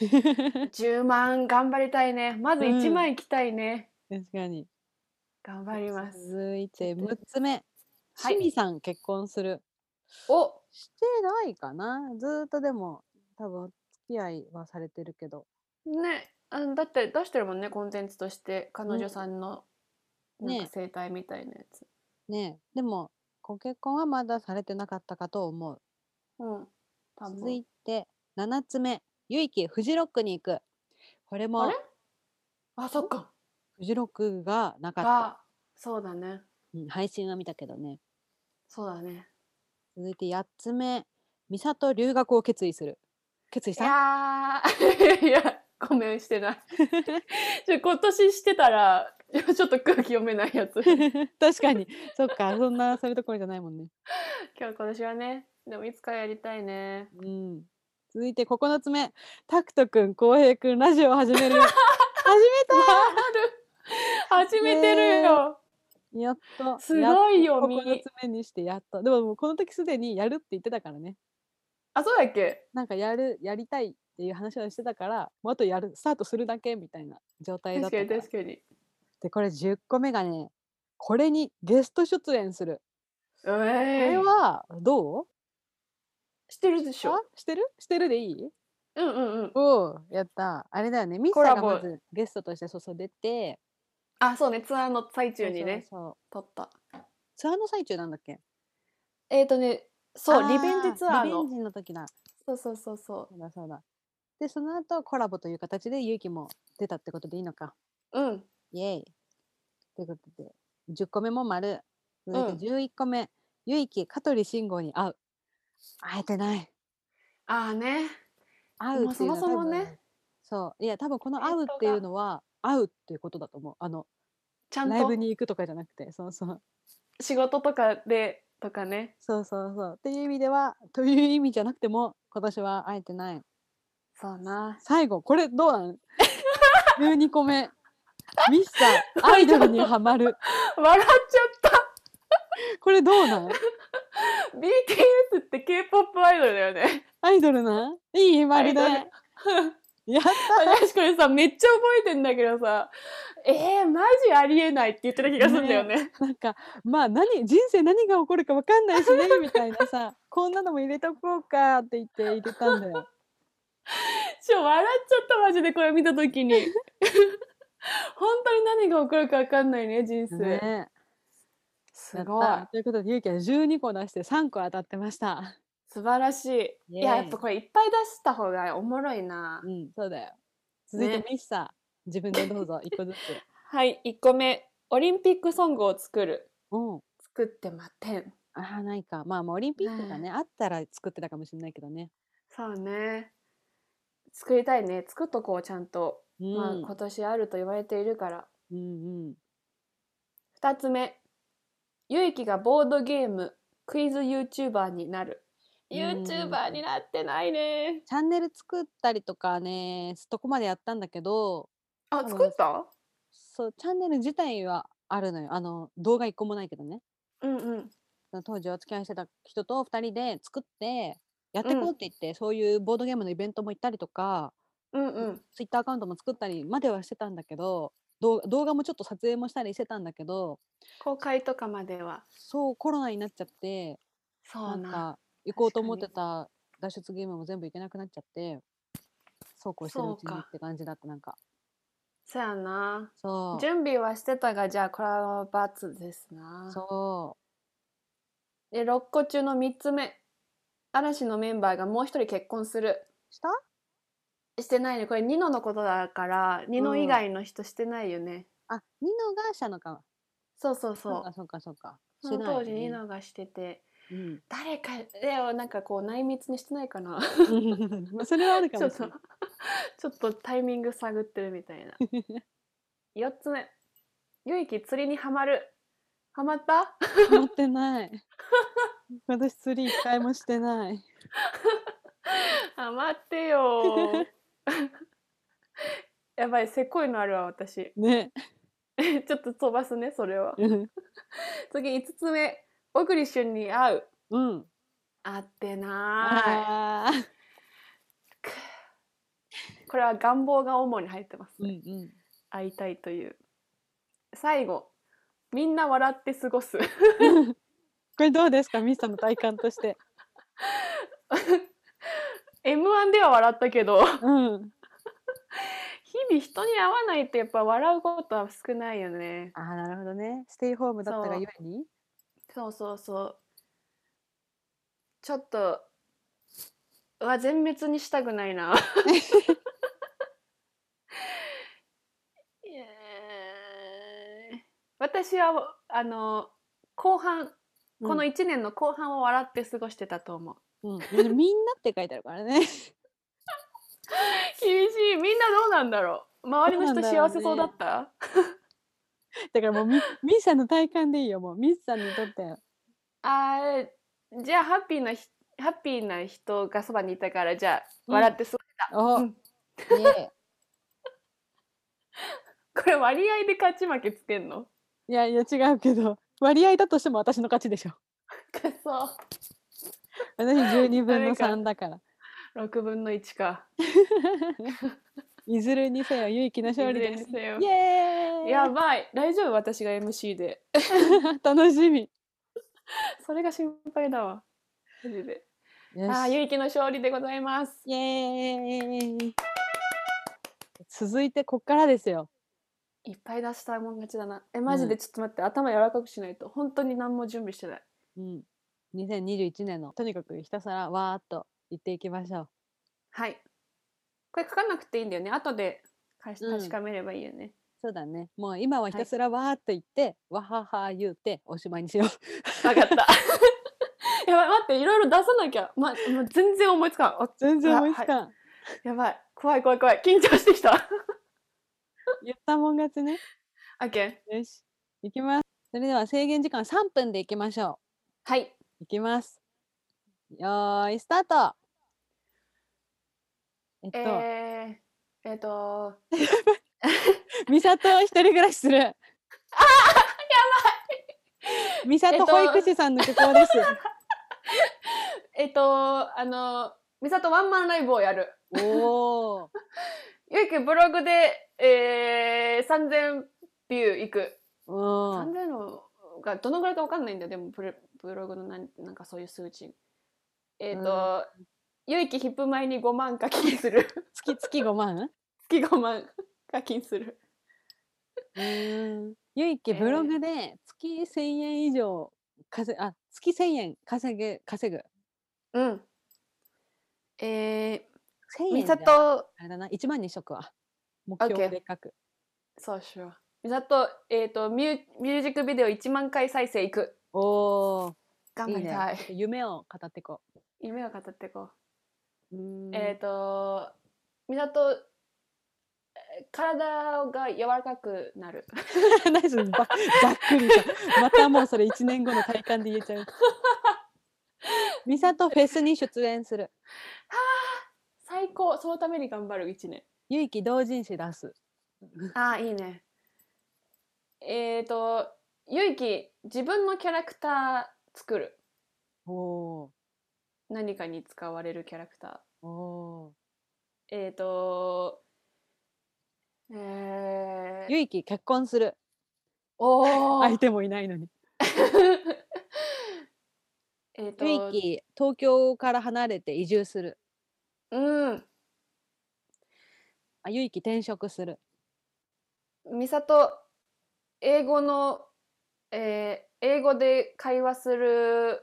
Speaker 2: 10万頑張りたいねまず1万いきたいね、
Speaker 1: 確かに。
Speaker 2: 頑張ります
Speaker 1: 続いて六つ目。
Speaker 2: はい
Speaker 1: シミさん結婚する。
Speaker 2: お
Speaker 1: してないかなずーっとでも、多分、付き合いはされてるけど。
Speaker 2: ねあのだって出してるもんねコンテンツとして彼女さんの
Speaker 1: うん
Speaker 2: なん
Speaker 1: ね
Speaker 2: か生態みたいなやつ、
Speaker 1: ねえ。でも、ご結婚はまだされてなかったかと思う。
Speaker 2: うん多分
Speaker 1: 続いて7つ目ゆいきフジロックに行くこれ
Speaker 2: あ
Speaker 1: も
Speaker 2: れあそっか
Speaker 1: フジロックがなかった、
Speaker 2: あそうだね
Speaker 1: うん配信は見たけどね
Speaker 2: そうだね
Speaker 1: 続いて8つ目美里留学を決意する決意し
Speaker 2: い
Speaker 1: た
Speaker 2: やー [LAUGHS] いやごめんしてない [LAUGHS] ちょ今年してたら [LAUGHS] ちょっと空気読めないやつ
Speaker 1: [LAUGHS]
Speaker 2: [LAUGHS]
Speaker 1: 確かにそっかそんなそれどころじゃないもんね、
Speaker 2: 今日今年はねでもいつかやりたい [LAUGHS] ね
Speaker 1: うん、続いて9つ目タクトくん浩平くんラジオ始め
Speaker 2: [LAUGHS]
Speaker 1: る
Speaker 2: 回る始めてるよ、
Speaker 1: やっと
Speaker 2: すごい
Speaker 1: やっ
Speaker 2: よ
Speaker 1: と
Speaker 2: み
Speaker 1: 9つ目にしてやっとでももうこの時すでにやるって言ってたからね
Speaker 2: あそうだっけ
Speaker 1: なんかやるやりたいっていう話をしてたからもうあとやるスタートするだけみたいな状態だ
Speaker 2: 確
Speaker 1: った
Speaker 2: かに
Speaker 1: から
Speaker 2: 確かに
Speaker 1: でこれ10個目がねこれにゲスト出演する
Speaker 2: え
Speaker 1: これ
Speaker 2: え
Speaker 1: はどう
Speaker 2: してるでし
Speaker 1: あ
Speaker 2: ょ
Speaker 1: してるしてるでいい
Speaker 2: うんうんうん
Speaker 1: おおやったあれだよねミッ
Speaker 2: コ
Speaker 1: サ
Speaker 2: ラ
Speaker 1: が
Speaker 2: ボ
Speaker 1: まずゲストとしてそうそう出て
Speaker 2: あそうねツアーの最中にね
Speaker 1: そうそうそう
Speaker 2: 撮った
Speaker 1: ツアーの最中なんだっけ
Speaker 2: えっ、ー、とねそう
Speaker 1: あ
Speaker 2: リベンジツアー
Speaker 1: リベン
Speaker 2: の
Speaker 1: ジの時だ
Speaker 2: そうそうそうそ
Speaker 1: そうだそうだでその後コラボという形でゆうきも出たってことでいいのか
Speaker 2: ううん
Speaker 1: イエイ。ということで、10個目も丸。続いて11個目。ゆいき、香取慎吾に会う。会えてない。
Speaker 2: ああね
Speaker 1: 会うっていうのは
Speaker 2: もうそもそもね
Speaker 1: 多分。そう。いや、多分この
Speaker 2: イベン
Speaker 1: 会うっ
Speaker 2: ト
Speaker 1: ていう
Speaker 2: が
Speaker 1: のは、会うっていうことだと思う。あの、
Speaker 2: ちゃん
Speaker 1: ライブ
Speaker 2: と
Speaker 1: に行くとかじゃなくて、そうそう。
Speaker 2: 仕事とかでとかね
Speaker 1: そうそうそう。っていう意味では、という意味じゃなくても、今年は会えてない。
Speaker 2: そうな
Speaker 1: 最後、これどうな [LAUGHS] の ?12 個目。ミッサ、アイドルにはまる。
Speaker 2: 笑っちゃっ
Speaker 1: これどうなん
Speaker 2: た BTS って K-POP アイドルだよね
Speaker 1: アイドルなんいい丸で。
Speaker 2: アイ
Speaker 1: [LAUGHS] やった
Speaker 2: 私これさめっちゃ覚えてんだけどさえー、マジありえないって言ってた気がするんだよね
Speaker 1: なんかまあ何人生何が起こるか分かんないしねみたいなさこんなのも入れとこうかって言って入れたんだよ。
Speaker 2: ちょ笑っちゃったマジでこれ見た時に本当に何が起こるか分かんないね人生、
Speaker 1: ね、
Speaker 2: す
Speaker 1: やっ
Speaker 2: ごい
Speaker 1: たということでゆうきは12個出して3個当たってました。
Speaker 2: 素晴らしいいや
Speaker 1: イエーイ
Speaker 2: やっぱこれいっぱい出した方がおもろいな、
Speaker 1: うんそうだよ。続いて
Speaker 2: ね
Speaker 1: ミッサー、自分でどうぞ1個ずつ。 [LAUGHS]
Speaker 2: はい1個目オリンピックソングを作る
Speaker 1: うん
Speaker 2: 作ってません
Speaker 1: ああないかまあまあオリンピックがね
Speaker 2: ね
Speaker 1: あったら作ってたかもしれないけどね。
Speaker 2: そうね。作りたいね作っとこうちゃんと、
Speaker 1: うん
Speaker 2: まあ、今年あると言われているから
Speaker 1: うんうん
Speaker 2: 2つ目ゆいきがボードゲームクイズ YouTuber になる
Speaker 1: うん
Speaker 2: YouTuber になってないね
Speaker 1: チャンネル作ったりとかねそこまでやったんだけど
Speaker 2: あ作った
Speaker 1: そうチャンネル自体はあるのよあの動画一個もないけどね
Speaker 2: うんうん
Speaker 1: その当時お付き合いしてた人と2人で作ってやってこうって言って、そういうボードゲームのイベントも行ったりとか
Speaker 2: うんうん
Speaker 1: ツイッターアカウントも作ったりまではしてたんだけど動画動画もちょっと撮影もしたりしてたんだけど
Speaker 2: 公開とかまでは
Speaker 1: そうコロナになっちゃって
Speaker 2: そう
Speaker 1: なん
Speaker 2: な
Speaker 1: か行こうと
Speaker 2: 確か
Speaker 1: 思っ
Speaker 2: に
Speaker 1: てた脱出ゲームも全部行けなくなっちゃってそうこうしてるうち
Speaker 2: そう
Speaker 1: に
Speaker 2: か
Speaker 1: って感じだったなんか
Speaker 2: そうやな
Speaker 1: そう
Speaker 2: 準備はしてたがじゃあこれは罰ですな
Speaker 1: そ
Speaker 2: で6個中の3つ目嵐のメンバーがもう一人結婚する
Speaker 1: うした
Speaker 2: してないねこれニノのことだからニノ以外の人してないよね、
Speaker 1: あニノがしたのか
Speaker 2: そうそうそ
Speaker 1: そう
Speaker 2: う
Speaker 1: かそうかそうか
Speaker 2: その当時ニ
Speaker 1: ね
Speaker 2: ノがしてて
Speaker 1: うん
Speaker 2: 誰かでをなんかこう内密にしてない [LAUGHS] かな
Speaker 1: まあ [LAUGHS] それはあるか
Speaker 2: ち
Speaker 1: も
Speaker 2: ょっ
Speaker 1: しれ
Speaker 2: と
Speaker 1: ない
Speaker 2: ちょっとタイミング探ってるみた
Speaker 1: [LAUGHS]
Speaker 2: いな4つ目ゆいき釣りにはまるはまった [LAUGHS]
Speaker 1: 持ってない [LAUGHS] 私釣り一回もしてない
Speaker 2: ハマってよー [LAUGHS] やばいせこいのあるわ私 [LAUGHS]
Speaker 1: ね
Speaker 2: ちょっと飛ばすねそれは
Speaker 1: うん
Speaker 2: 次5つ目オグリッシュに会う
Speaker 1: うん
Speaker 2: 会ってな
Speaker 1: あー
Speaker 2: いこれは願望が主に入ってます
Speaker 1: う
Speaker 2: ね、
Speaker 1: んうん
Speaker 2: 会いたいという最後みんな笑って過ごす [LAUGHS]
Speaker 1: これどうですかミスさんの体感として
Speaker 2: m 1では笑ったけ
Speaker 1: う
Speaker 2: ど [LAUGHS]
Speaker 1: ん
Speaker 2: 日々人に会わないとやっぱ笑うことは少ないよね
Speaker 1: あーなるほどねステイホームだったが
Speaker 2: そう
Speaker 1: ゆえに
Speaker 2: そうそうそうちょっとうわ全滅にしたくない [LAUGHS] ないやー私はあの後半この1年の後半を笑って過ごしてたと思う、
Speaker 1: うん、うんみんなって書いてあるからね
Speaker 2: 厳しいみんなどうなんだろう周りの人
Speaker 1: どうなんだろう
Speaker 2: 幸
Speaker 1: ね
Speaker 2: せそうだった
Speaker 1: だからもうみミスさんの体感でいいよもうミスさんにとって
Speaker 2: あーじゃあハッピーなひハッピーな人がそばにいたからじゃあ
Speaker 1: うん
Speaker 2: 笑ってそう、
Speaker 1: お、
Speaker 2: う
Speaker 1: うん
Speaker 2: これ割合で勝ち負けつけんの
Speaker 1: いやいや違うけど割合だとしても私の勝ちでしょ [LAUGHS]
Speaker 2: くそ
Speaker 1: 私12分の
Speaker 2: ダメか
Speaker 1: 3だから
Speaker 2: 6分の1か
Speaker 1: いずれにせよ結城の勝利
Speaker 2: い
Speaker 1: で
Speaker 2: ず
Speaker 1: す
Speaker 2: れにせよ
Speaker 1: イエーイ
Speaker 2: やばい大丈夫私が MC で [LAUGHS]
Speaker 1: [LAUGHS] 楽しみ
Speaker 2: それが心配だわマジで
Speaker 1: あ
Speaker 2: ああ
Speaker 1: イエ
Speaker 2: ゆいきの勝利でございます
Speaker 1: ーイ続いてこっからですよ
Speaker 2: いっぱい出したもん勝ちだなえマジでちょっと待って、頭柔らかくしないと本当に何も準備してない
Speaker 1: うん2021年のとにかくひたすらわーっと言っていきましょう
Speaker 2: はいこれ書かなくていいんだよね後でかし
Speaker 1: うん
Speaker 2: 確かめればいいよね、
Speaker 1: そうだねもう今はひたすらわーっと言って、わはは言うておしまいにしよう
Speaker 2: わかった。 [LAUGHS] やばい、待って、いろいろ出さなきゃ。ま、もう全然思いつかん。あ
Speaker 1: 全然思いつ
Speaker 2: あ
Speaker 1: かん、
Speaker 2: やばい。怖い怖い怖い。緊張してきた。 [LAUGHS]
Speaker 1: 言ったもん勝ちね
Speaker 2: オッケー。
Speaker 1: よし行きますそれでは制限時間3分でいきましょ
Speaker 2: はい。
Speaker 1: ういきますよーいスタートえっと、
Speaker 2: えー、えっ、と、
Speaker 1: 美里一人暮らしする。ああ、やばい。美
Speaker 2: えっ
Speaker 1: 里
Speaker 2: と
Speaker 1: 保育士さんの曲をです。
Speaker 2: えっ、と、あの、美里ワンマンライブをやる。
Speaker 1: おお、
Speaker 2: ゆいきブログで、えー、3000ビューいく。
Speaker 1: うん、
Speaker 2: 3000のがどのぐらいかわかんないんだよ。でもブロ、ブログのなんなんかそういう数値。えっ、と、ゆいきヒップ前に5万課金する。 [LAUGHS]
Speaker 1: 月月五万。
Speaker 2: 月5万課金する。
Speaker 1: うん、ゆいきブログで月千円以上稼あ月千円稼ぐ稼ぐ。
Speaker 2: うん。え
Speaker 1: 千
Speaker 2: ー、
Speaker 1: 円
Speaker 2: み
Speaker 1: じゃ
Speaker 2: さと、
Speaker 1: あれだな一万にしとくわ。目
Speaker 2: OK
Speaker 1: 標でっかく。
Speaker 2: そうしよう。みさと、えっ、とミュ、ミュージックビデオ1万回再生いく。
Speaker 1: おお、
Speaker 2: 頑
Speaker 1: いい
Speaker 2: 張り
Speaker 1: ね
Speaker 2: たい。。
Speaker 1: ちょっと夢を語っていこ
Speaker 2: 夢を語っていこ
Speaker 1: う。う
Speaker 2: う。
Speaker 1: ーん
Speaker 2: えっ、と、港えー体が柔らかくな [LAUGHS] る
Speaker 1: [LAUGHS] ナイスばざっくりとまたもうそれ1年後の体感で言えちゃうミサとフェスに出演する
Speaker 2: 最高そのために頑張る1年
Speaker 1: ゆいき同人誌出す
Speaker 2: あーいいねえっ、ー、とゆいき自分のキャラクター作る
Speaker 1: お
Speaker 2: 何かに使われるキャラクタ
Speaker 1: ー
Speaker 2: ー
Speaker 1: お
Speaker 2: えっ、ー、とえ
Speaker 1: ー
Speaker 2: ー、
Speaker 1: ゆいき結婚する
Speaker 2: お
Speaker 1: 相
Speaker 2: ー
Speaker 1: 手もいないのに
Speaker 2: [LAUGHS] えっと
Speaker 1: ゆいき東京から離れて移住する
Speaker 2: うん
Speaker 1: あゆいき転職する
Speaker 2: 美里英語の、えー、英語で会話する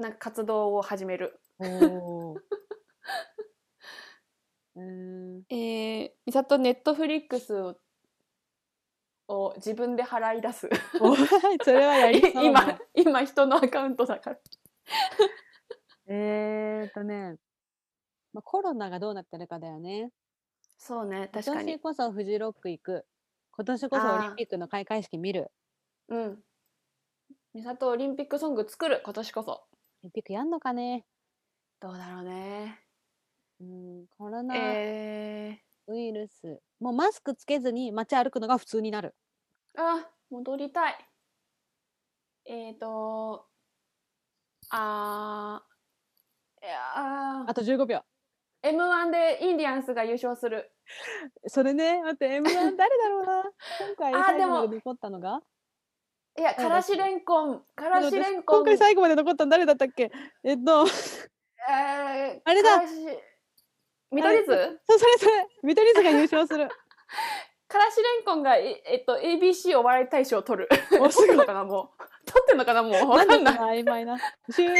Speaker 2: なんか活動を始める
Speaker 1: おー [LAUGHS] うーん
Speaker 2: えー、美里ネットフリックスをを自分で払い出 [LAUGHS] す
Speaker 1: おそれはやりそうだ
Speaker 2: 今今人のアカウントだから
Speaker 1: えーとね、まあ、コロナがどうなってるかだよね。
Speaker 2: そうね
Speaker 1: 今年こそフジロック行く。今年こそオリンピックの開会式見る。
Speaker 2: うん美里オリンピックソング作る今年こそ
Speaker 1: オリンピックやんのかね。
Speaker 2: どうだろうね
Speaker 1: うん、コロナ
Speaker 2: え
Speaker 1: ウイルス、もうマスクつけずに街歩くのが普通になる。
Speaker 2: ー、あ戻りたいえーとあーいや
Speaker 1: あと15秒。
Speaker 2: ー M1 でインディアンスが優勝する
Speaker 1: それね、待って、M1 誰
Speaker 2: [LAUGHS]
Speaker 1: だろうな。今回
Speaker 2: あー
Speaker 1: 最
Speaker 2: で
Speaker 1: 後ま
Speaker 2: も
Speaker 1: で残ったのが。
Speaker 2: いや
Speaker 1: そうだ
Speaker 2: からしれんこんからしれんこ
Speaker 1: 今
Speaker 2: ん
Speaker 1: 回最後まで残ったの誰だったっけえっと、そう
Speaker 2: えー、
Speaker 1: あれだ
Speaker 2: からし見取り図
Speaker 1: それそれ、見取り図が優勝
Speaker 2: [LAUGHS]
Speaker 1: する。
Speaker 2: からしれんこんがいえっと ABC お笑い大賞を取
Speaker 1: [LAUGHS]
Speaker 2: る
Speaker 1: おすごい
Speaker 2: 取ってんのかなもう取ってんのかなもう
Speaker 1: な
Speaker 2: わ
Speaker 1: んで
Speaker 2: か
Speaker 1: そ
Speaker 2: ん
Speaker 1: ん
Speaker 2: な
Speaker 1: ない曖昧な。
Speaker 2: [LAUGHS]
Speaker 1: 終了。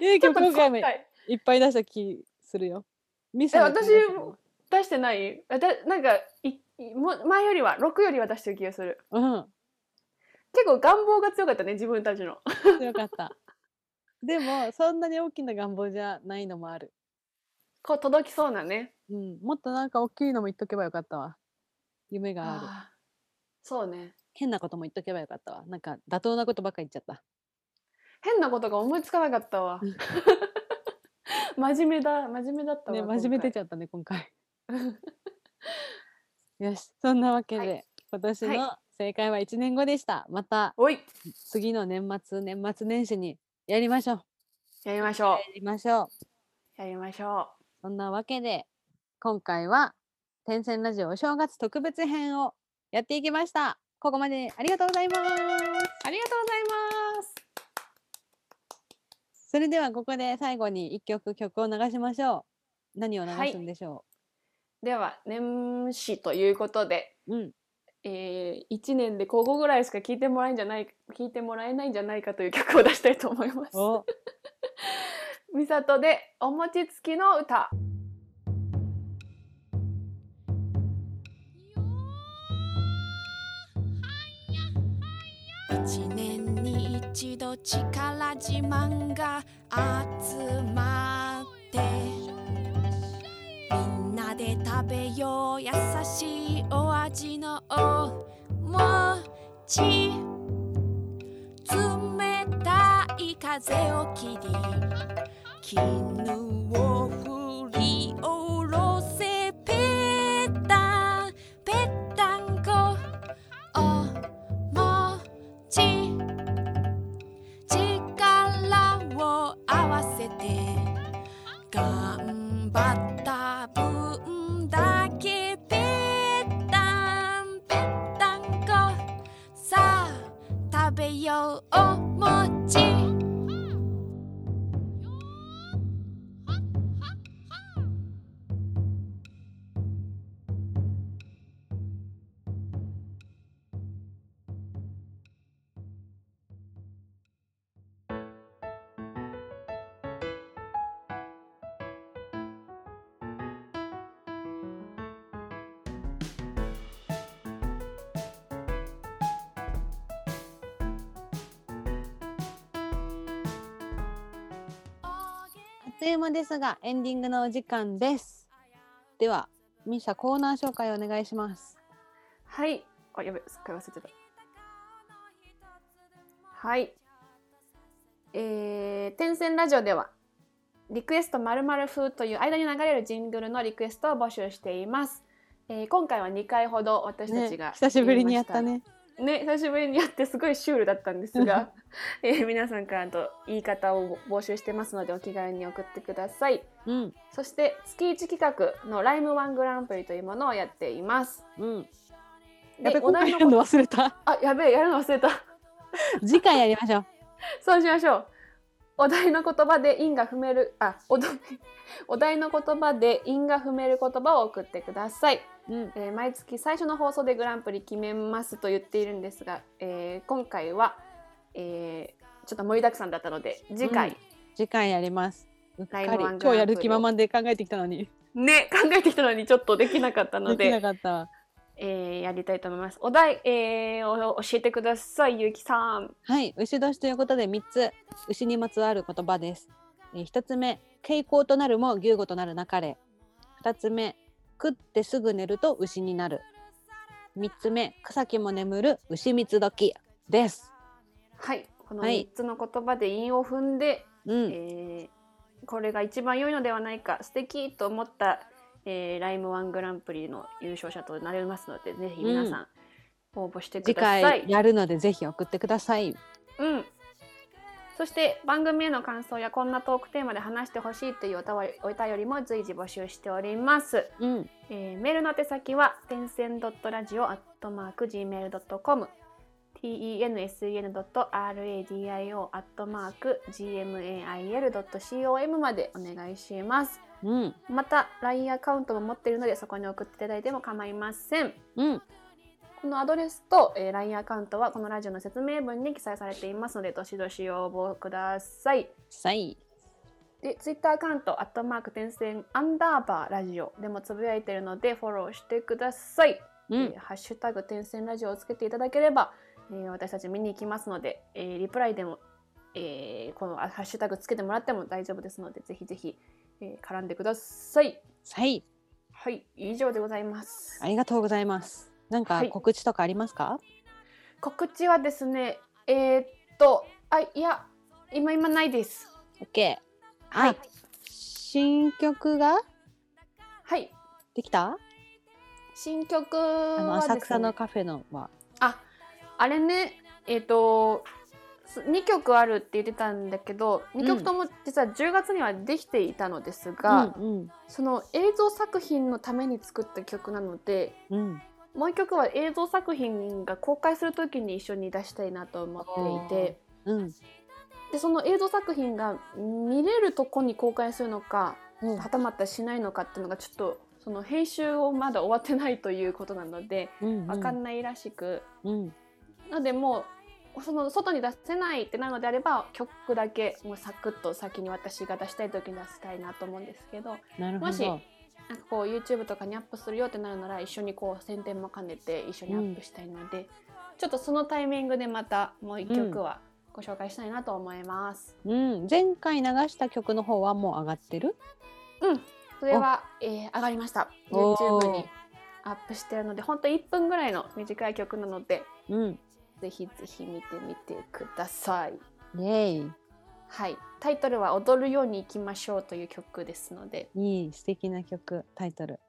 Speaker 1: ゆうき
Speaker 2: ちょ
Speaker 1: も
Speaker 2: っと
Speaker 1: 今回も
Speaker 2: 今
Speaker 1: い
Speaker 2: 回
Speaker 1: っぱい出した気するよ。ミス
Speaker 2: え
Speaker 1: もいっぱい出
Speaker 2: 私
Speaker 1: したよ
Speaker 2: も出してないあだなんかいいも前よりは6よりは出してる気がする
Speaker 1: う
Speaker 2: 結構願望が強かったね自分た
Speaker 1: [LAUGHS]
Speaker 2: ちの
Speaker 1: ん、よかった。でも、そんなに大きな願望じゃないのもある。
Speaker 2: こう届きそうなね
Speaker 1: うん、もっとなんか大きいのも言っとけばよかったわ。夢がある。
Speaker 2: あーそうね
Speaker 1: 変なことも言っとけばよかったわ。なんか妥当なことばっか言っちゃった。
Speaker 2: 変なことが思いつかなかったわ [LAUGHS] 真面目だ真面目だったわ、
Speaker 1: ね、真面目出ち
Speaker 2: ゃ
Speaker 1: ゃったね、今回。よし、そんなわけで、
Speaker 2: はい
Speaker 1: 今年
Speaker 2: はい
Speaker 1: の正解は1年後でした。また
Speaker 2: おい
Speaker 1: 次の年末、年末年始にやりましょう。
Speaker 2: やりましょ
Speaker 1: やりましょう。
Speaker 2: うやりましょ
Speaker 1: そんなわけで、今回は、天線ラジオお正月特別編をやっていきました。ここまでありがとうございます。
Speaker 2: うありがとうございます
Speaker 1: それではここで最後に一曲曲を流しましょう。何を流
Speaker 2: はい
Speaker 1: すんでしょ
Speaker 2: では年始ということで
Speaker 1: う。
Speaker 2: [LAUGHS]
Speaker 1: うん。
Speaker 2: えー、1年でここぐらいしか聴いてもらえんじゃない聞いてもらえないんじゃないかという曲を出したいと思います。
Speaker 1: お、
Speaker 2: みさとでお餅つきの歌。
Speaker 3: 一年に一度力自慢が集まってみんなで食べよう優しいお味のお餅冷たい風を切り絹を振り下ろせぺったんぺったんこお餅ち力を合わせて頑張った分だけぺったんぺったんこさあ食べようお餅
Speaker 1: という間ですがエンディングのお時間ですではミサコーナー紹介お願いします
Speaker 2: はい。あ、やべ、すっかり忘れてた。はい。えー、天線ラジオでは、リクエスト〇〇風という間に流れるジングルのリクエストを募集しています。えー、今回は2回ほど私たちが、
Speaker 1: ね久しぶりにやった。ね
Speaker 2: ね、久しぶりにやってすごいシュールだったんですが、 [LAUGHS] えー皆さんからと言い方を募集してますのでお気軽に送ってください。
Speaker 1: うん
Speaker 2: そして月1企画のライムワングランプリというものをやっています。
Speaker 1: うん
Speaker 2: で
Speaker 1: やっぱり
Speaker 2: お
Speaker 1: 今回
Speaker 2: 題の
Speaker 1: やるの忘れた
Speaker 2: あ、やべえ、やるの忘れた。
Speaker 1: 次回やりましょう
Speaker 2: そうしましょう。お題の言葉で因が踏める、あ、おど [LAUGHS] お題の言葉で因が踏める言葉を送ってください、
Speaker 1: うん
Speaker 2: えー毎月最初の放送でグランプリ決めますと言っているんですが、えー今回は、えーちょっと盛りだくさんだったので、次回、
Speaker 1: 次回やりますうっかり
Speaker 2: ライブワングラ
Speaker 1: 今
Speaker 2: ンプリ
Speaker 1: 日やる気満々で考えてきたのに
Speaker 2: ね、考えてきたのにちょっとできなかったの
Speaker 1: できな
Speaker 2: で、
Speaker 1: かったわ
Speaker 2: えーやりたいと思います。お題、えーを教えてください、ゆうきさん。
Speaker 1: はい牛年ということで3つ牛にまつわる言葉です、えー、1つ目傾向となるも牛語となるなかれ2つ目食ってすぐ寝ると牛になる3つ目草木も眠る牛蜜時です
Speaker 2: はい、この
Speaker 1: はい
Speaker 2: 3つの言葉で因を踏んで、
Speaker 1: うん
Speaker 2: えーこれが一番良いのではないか素敵と思った、えーライムワングランプリの優勝者となれますのでぜひ皆さん応募してく
Speaker 1: 次
Speaker 2: ださ
Speaker 1: 回
Speaker 2: い、
Speaker 1: やるのでぜひ送ってください
Speaker 2: うんそして番組への感想やこんなトークテーマで話してほしいというおたわりお便りも随時募集しております、
Speaker 1: うん
Speaker 2: えーメールの宛先は点線 .radio.gmail.com ten.radio.gmail.com までお願いします。
Speaker 1: うん
Speaker 2: また LINE アカウントも持っているのでそこに送っていただいても構いません。
Speaker 1: うん
Speaker 2: このアドレスと、えー LINE アカウントはこのラジオの説明文に記載されていますのでどしどし応募ください。
Speaker 1: さい
Speaker 2: で、Twitter アカウント、アットマーク点線アンダーバーラジオでもつぶやいているのでフォローしてください。
Speaker 1: う
Speaker 2: え
Speaker 1: ん
Speaker 2: ーハッシュタグ点線ラジオをつけていただければ、えー私たち見に行きますので、えーリプライでも、えーこのあハッシュタグつけてもらっても大丈夫ですので、ぜひぜひ、えー絡んでください。
Speaker 1: さい
Speaker 2: はい、以上でございます。
Speaker 1: ありがとうございますなんか
Speaker 2: はい
Speaker 1: 告知とかありますか、
Speaker 2: 告知はですね、えーっと、あ、いや、今今ないです。
Speaker 1: オッ OK はい新曲が
Speaker 2: はい、
Speaker 1: できた
Speaker 2: 新曲
Speaker 1: あの
Speaker 2: はですね、
Speaker 1: 浅草のカフェのは、
Speaker 2: あ、あれね、えーっと、す2曲あるって言ってたんだけど2曲とも実は10月にはできていたのですが、
Speaker 1: うん
Speaker 2: その映像作品のために作った曲なので
Speaker 1: うんうん、
Speaker 2: もう一曲は映像作品が公開する時に一緒に出したいなと思っていて
Speaker 1: うん、
Speaker 2: でその映像作品が見れるとこに公開するのか
Speaker 1: うん
Speaker 2: はたまたしないのかっていうのがちょっとその編集をまだ終わってないということなので
Speaker 1: うん、
Speaker 2: 分かんないらしく
Speaker 1: うん、
Speaker 2: なのでもうその外に出せないってなのであれば曲だけもうサクッと先に私が出したい時に出したいなと思うんですけど
Speaker 1: なるほ
Speaker 2: もし
Speaker 1: ど。
Speaker 2: なんかこう YouTube とかにアップするよってなるなら一緒にこう宣伝も兼ねて一緒にアップしたいので、ちょっとそのタイミングでまたもう一曲はご紹介したいなと思います。
Speaker 1: うん、前回流した曲の方はもう上がってる。
Speaker 2: うん、それは、えー上がりました
Speaker 1: おー
Speaker 2: YouTube にアップしてるので本当1分ぐらいの短い曲なので
Speaker 1: うん、
Speaker 2: ぜひぜひ見てみてください。
Speaker 1: イエー
Speaker 2: はい、タイトルは「踊るように行きましょう」という曲ですので、
Speaker 1: イ、いい素敵な曲、タイトル。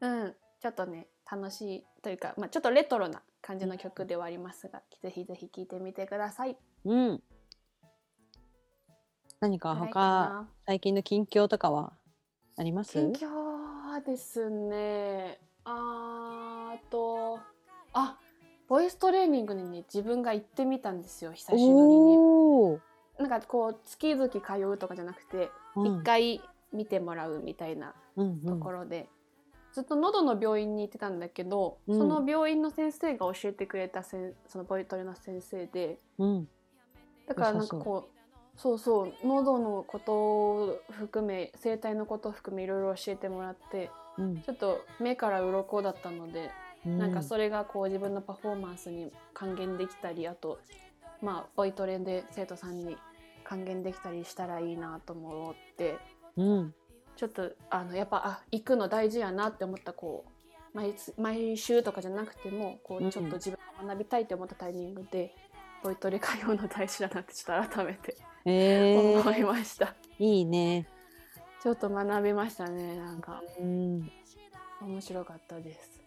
Speaker 2: うん、ちょっとね楽しいというか、まあ、ちょっとレトロな感じの曲ではありますが、ぜひぜひ聴いてみてください。
Speaker 1: うん。何か
Speaker 2: ない
Speaker 1: 他、最近の近況とかはあります？
Speaker 2: 近況はですねあーあとあボイストレーニングにね自分が行ってみたんですよ久しぶりに。
Speaker 1: おお、
Speaker 2: なんかこう月々通うとかじゃなくて一、
Speaker 1: うん
Speaker 2: 回見てもらうみたいな
Speaker 1: うんう
Speaker 2: と
Speaker 1: ん
Speaker 2: ころで、ずっと喉の病院に行ってたんだけど、
Speaker 1: うん
Speaker 2: その病院の先生が教えてくれたせんそのボイトレの先生で
Speaker 1: うん
Speaker 2: だからなんかこうそうそう喉のことを含め声帯のことを含めいろいろ教えてもらって
Speaker 1: うん
Speaker 2: ちょっと目から鱗だったので、
Speaker 1: うん。
Speaker 2: なんかそれがこう自分のパフォーマンスに還元できたりあとまあボイトレで生徒さんに還元できたりしたらいいなと思って
Speaker 1: うん。
Speaker 2: ちょっとあのやっぱあ行くの大事やなって思ったこう毎つ毎週とかじゃなくてもこ
Speaker 1: うん
Speaker 2: うちょっと自分が学びたいって思ったタイミングでポイトレ通うの大事だなってちょっと改めて
Speaker 1: え
Speaker 2: 思
Speaker 1: ー、
Speaker 2: いました、
Speaker 1: いいね。
Speaker 2: ちょっと学びましたねなんか
Speaker 1: うん。
Speaker 2: 面白かったです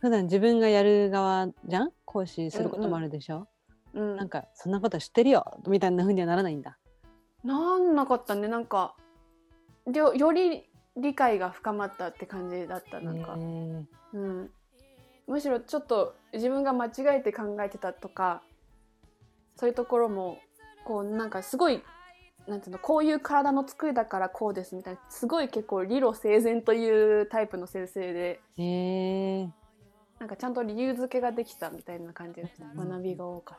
Speaker 1: 普段自分がやる側じゃん講師することもあるでしょ、
Speaker 2: うん
Speaker 1: なんかそんなこと知ってるよみたいな風にはならないんだ。
Speaker 2: なんなかったねなんかりょより理解が深まったって感じだったなんか、
Speaker 1: えー
Speaker 2: うん、むしろちょっと自分が間違えて考えてたとかそういうところもこうなんかすごいなんていうのこういう体の作りだからこうですみたいなすごい結構理路整然というタイプの先生で
Speaker 1: えー
Speaker 2: なんかちゃんと理由付けができたみたいな感じで
Speaker 1: うん
Speaker 2: 学びが多かっ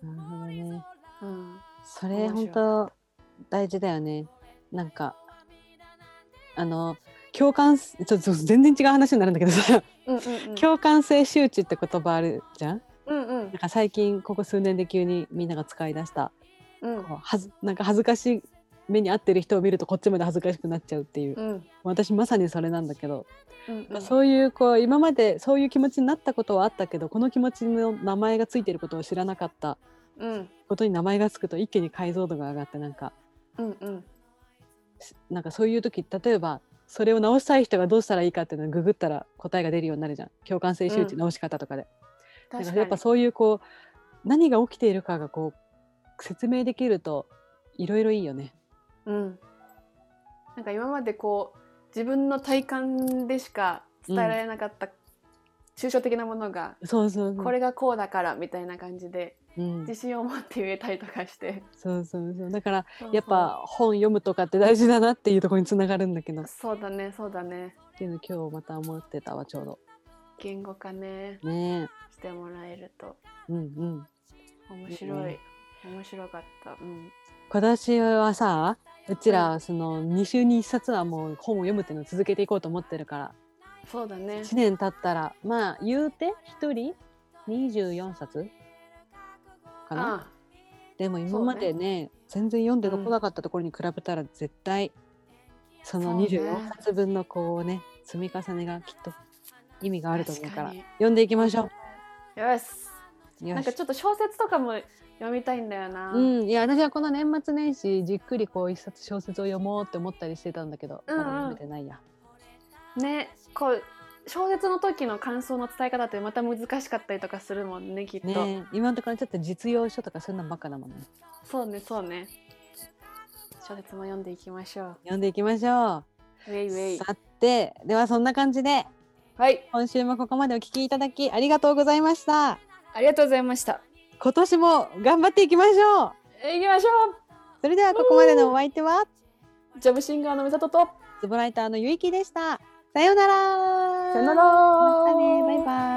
Speaker 2: たで
Speaker 1: なるほどね。
Speaker 2: す。うん
Speaker 1: そ
Speaker 2: 面
Speaker 1: れ
Speaker 2: 白い
Speaker 1: 本当大事だよね。なんかあの共感すちょっと全然違う話になるんだけどさ、
Speaker 2: うんうんうん
Speaker 1: 共感性周知って言葉あるじゃん。
Speaker 2: うんうん
Speaker 1: なんか最近ここ数年で急にみんなが使い出した。
Speaker 2: うん
Speaker 1: こうはずなんか恥ずかしい目に遭ってる人を見るとこっちまで恥ずかしくなっちゃうっていう。
Speaker 2: うん
Speaker 1: 私まさにそれなんだけど、
Speaker 2: うん
Speaker 1: まあそういうこう今までそういう気持ちになったことはあったけどこの気持ちの名前がついてることを知らなかった
Speaker 2: うん
Speaker 1: ことに名前がつくと一気に解像度が上がってなんか
Speaker 2: うんうん
Speaker 1: なんかそういう時例えばそれを直したい人がどうしたらいいかっていうのをググったら答えが出るようになるじゃん共感性周知
Speaker 2: うん
Speaker 1: 直し方とかで。だか
Speaker 2: 確からに
Speaker 1: やっぱそういうこう何が起きているかがこう説明できるといろいろいいよね。
Speaker 2: うん、なんか今までこう自分の体感でしか伝えられなかった抽象的なものが、
Speaker 1: そうそうそう
Speaker 2: これがこうだからみたいな感じで
Speaker 1: うん、
Speaker 2: 自信を持って言えたりとかして
Speaker 1: そうそうそうだからやっぱ本読むとかって大事だなっていうところにつながるんだけどっ
Speaker 2: そうだねそうだね
Speaker 1: ていうの今日また思ってたわちょうど。
Speaker 2: 言語化ね
Speaker 1: ね
Speaker 2: してもらえると
Speaker 1: えうんうん。
Speaker 2: 面白い、
Speaker 1: ね
Speaker 2: 面白かった、うん、
Speaker 1: 今年はさうちらはその2週に1冊はもう本を読むっていうのを続けていこうと思ってるから
Speaker 2: そうだね
Speaker 1: 1年経ったらまあ言うて1人24冊かな
Speaker 2: あ
Speaker 1: でも今までね全然読んでこなかったところに比べたら絶対その
Speaker 2: そうね
Speaker 1: 24冊分のこうね積み重ねがきっと意味があると思うから
Speaker 2: 確かに
Speaker 1: 読んでいきましょ
Speaker 2: あよし
Speaker 1: う。よ
Speaker 2: なんか
Speaker 1: し
Speaker 2: ちょっと小説とかも読みたいんだよな、
Speaker 1: うん、いや私はこの年末年始じっくりこう一冊小説を読もうって思ったりしてたんだけど、
Speaker 2: うんう
Speaker 1: ま
Speaker 2: ん
Speaker 1: だ読めてないや。
Speaker 2: ねこう小説の時の感想の伝え方ってまた難しかったりとかするもんねきっと、
Speaker 1: ねえ今のところちょっと実用書とかそういうのばっかだもんね。
Speaker 2: そうねそうね小説も読んでいきましょ
Speaker 1: 読んでいきましょ
Speaker 2: うウェイ
Speaker 1: う。
Speaker 2: ウェイ
Speaker 1: さてではそんな感じで
Speaker 2: はい
Speaker 1: 今週もここまでお聞きいただきありがとうございました。
Speaker 2: ありがとうございました
Speaker 1: 今年も頑張っていきましょう
Speaker 2: いきましょ
Speaker 1: それではここまでのお相手は
Speaker 2: うジョブシンガーの美里と
Speaker 1: ズボライターのゆいきでした。さようなら。
Speaker 2: さよなら
Speaker 1: またね。バイバイ。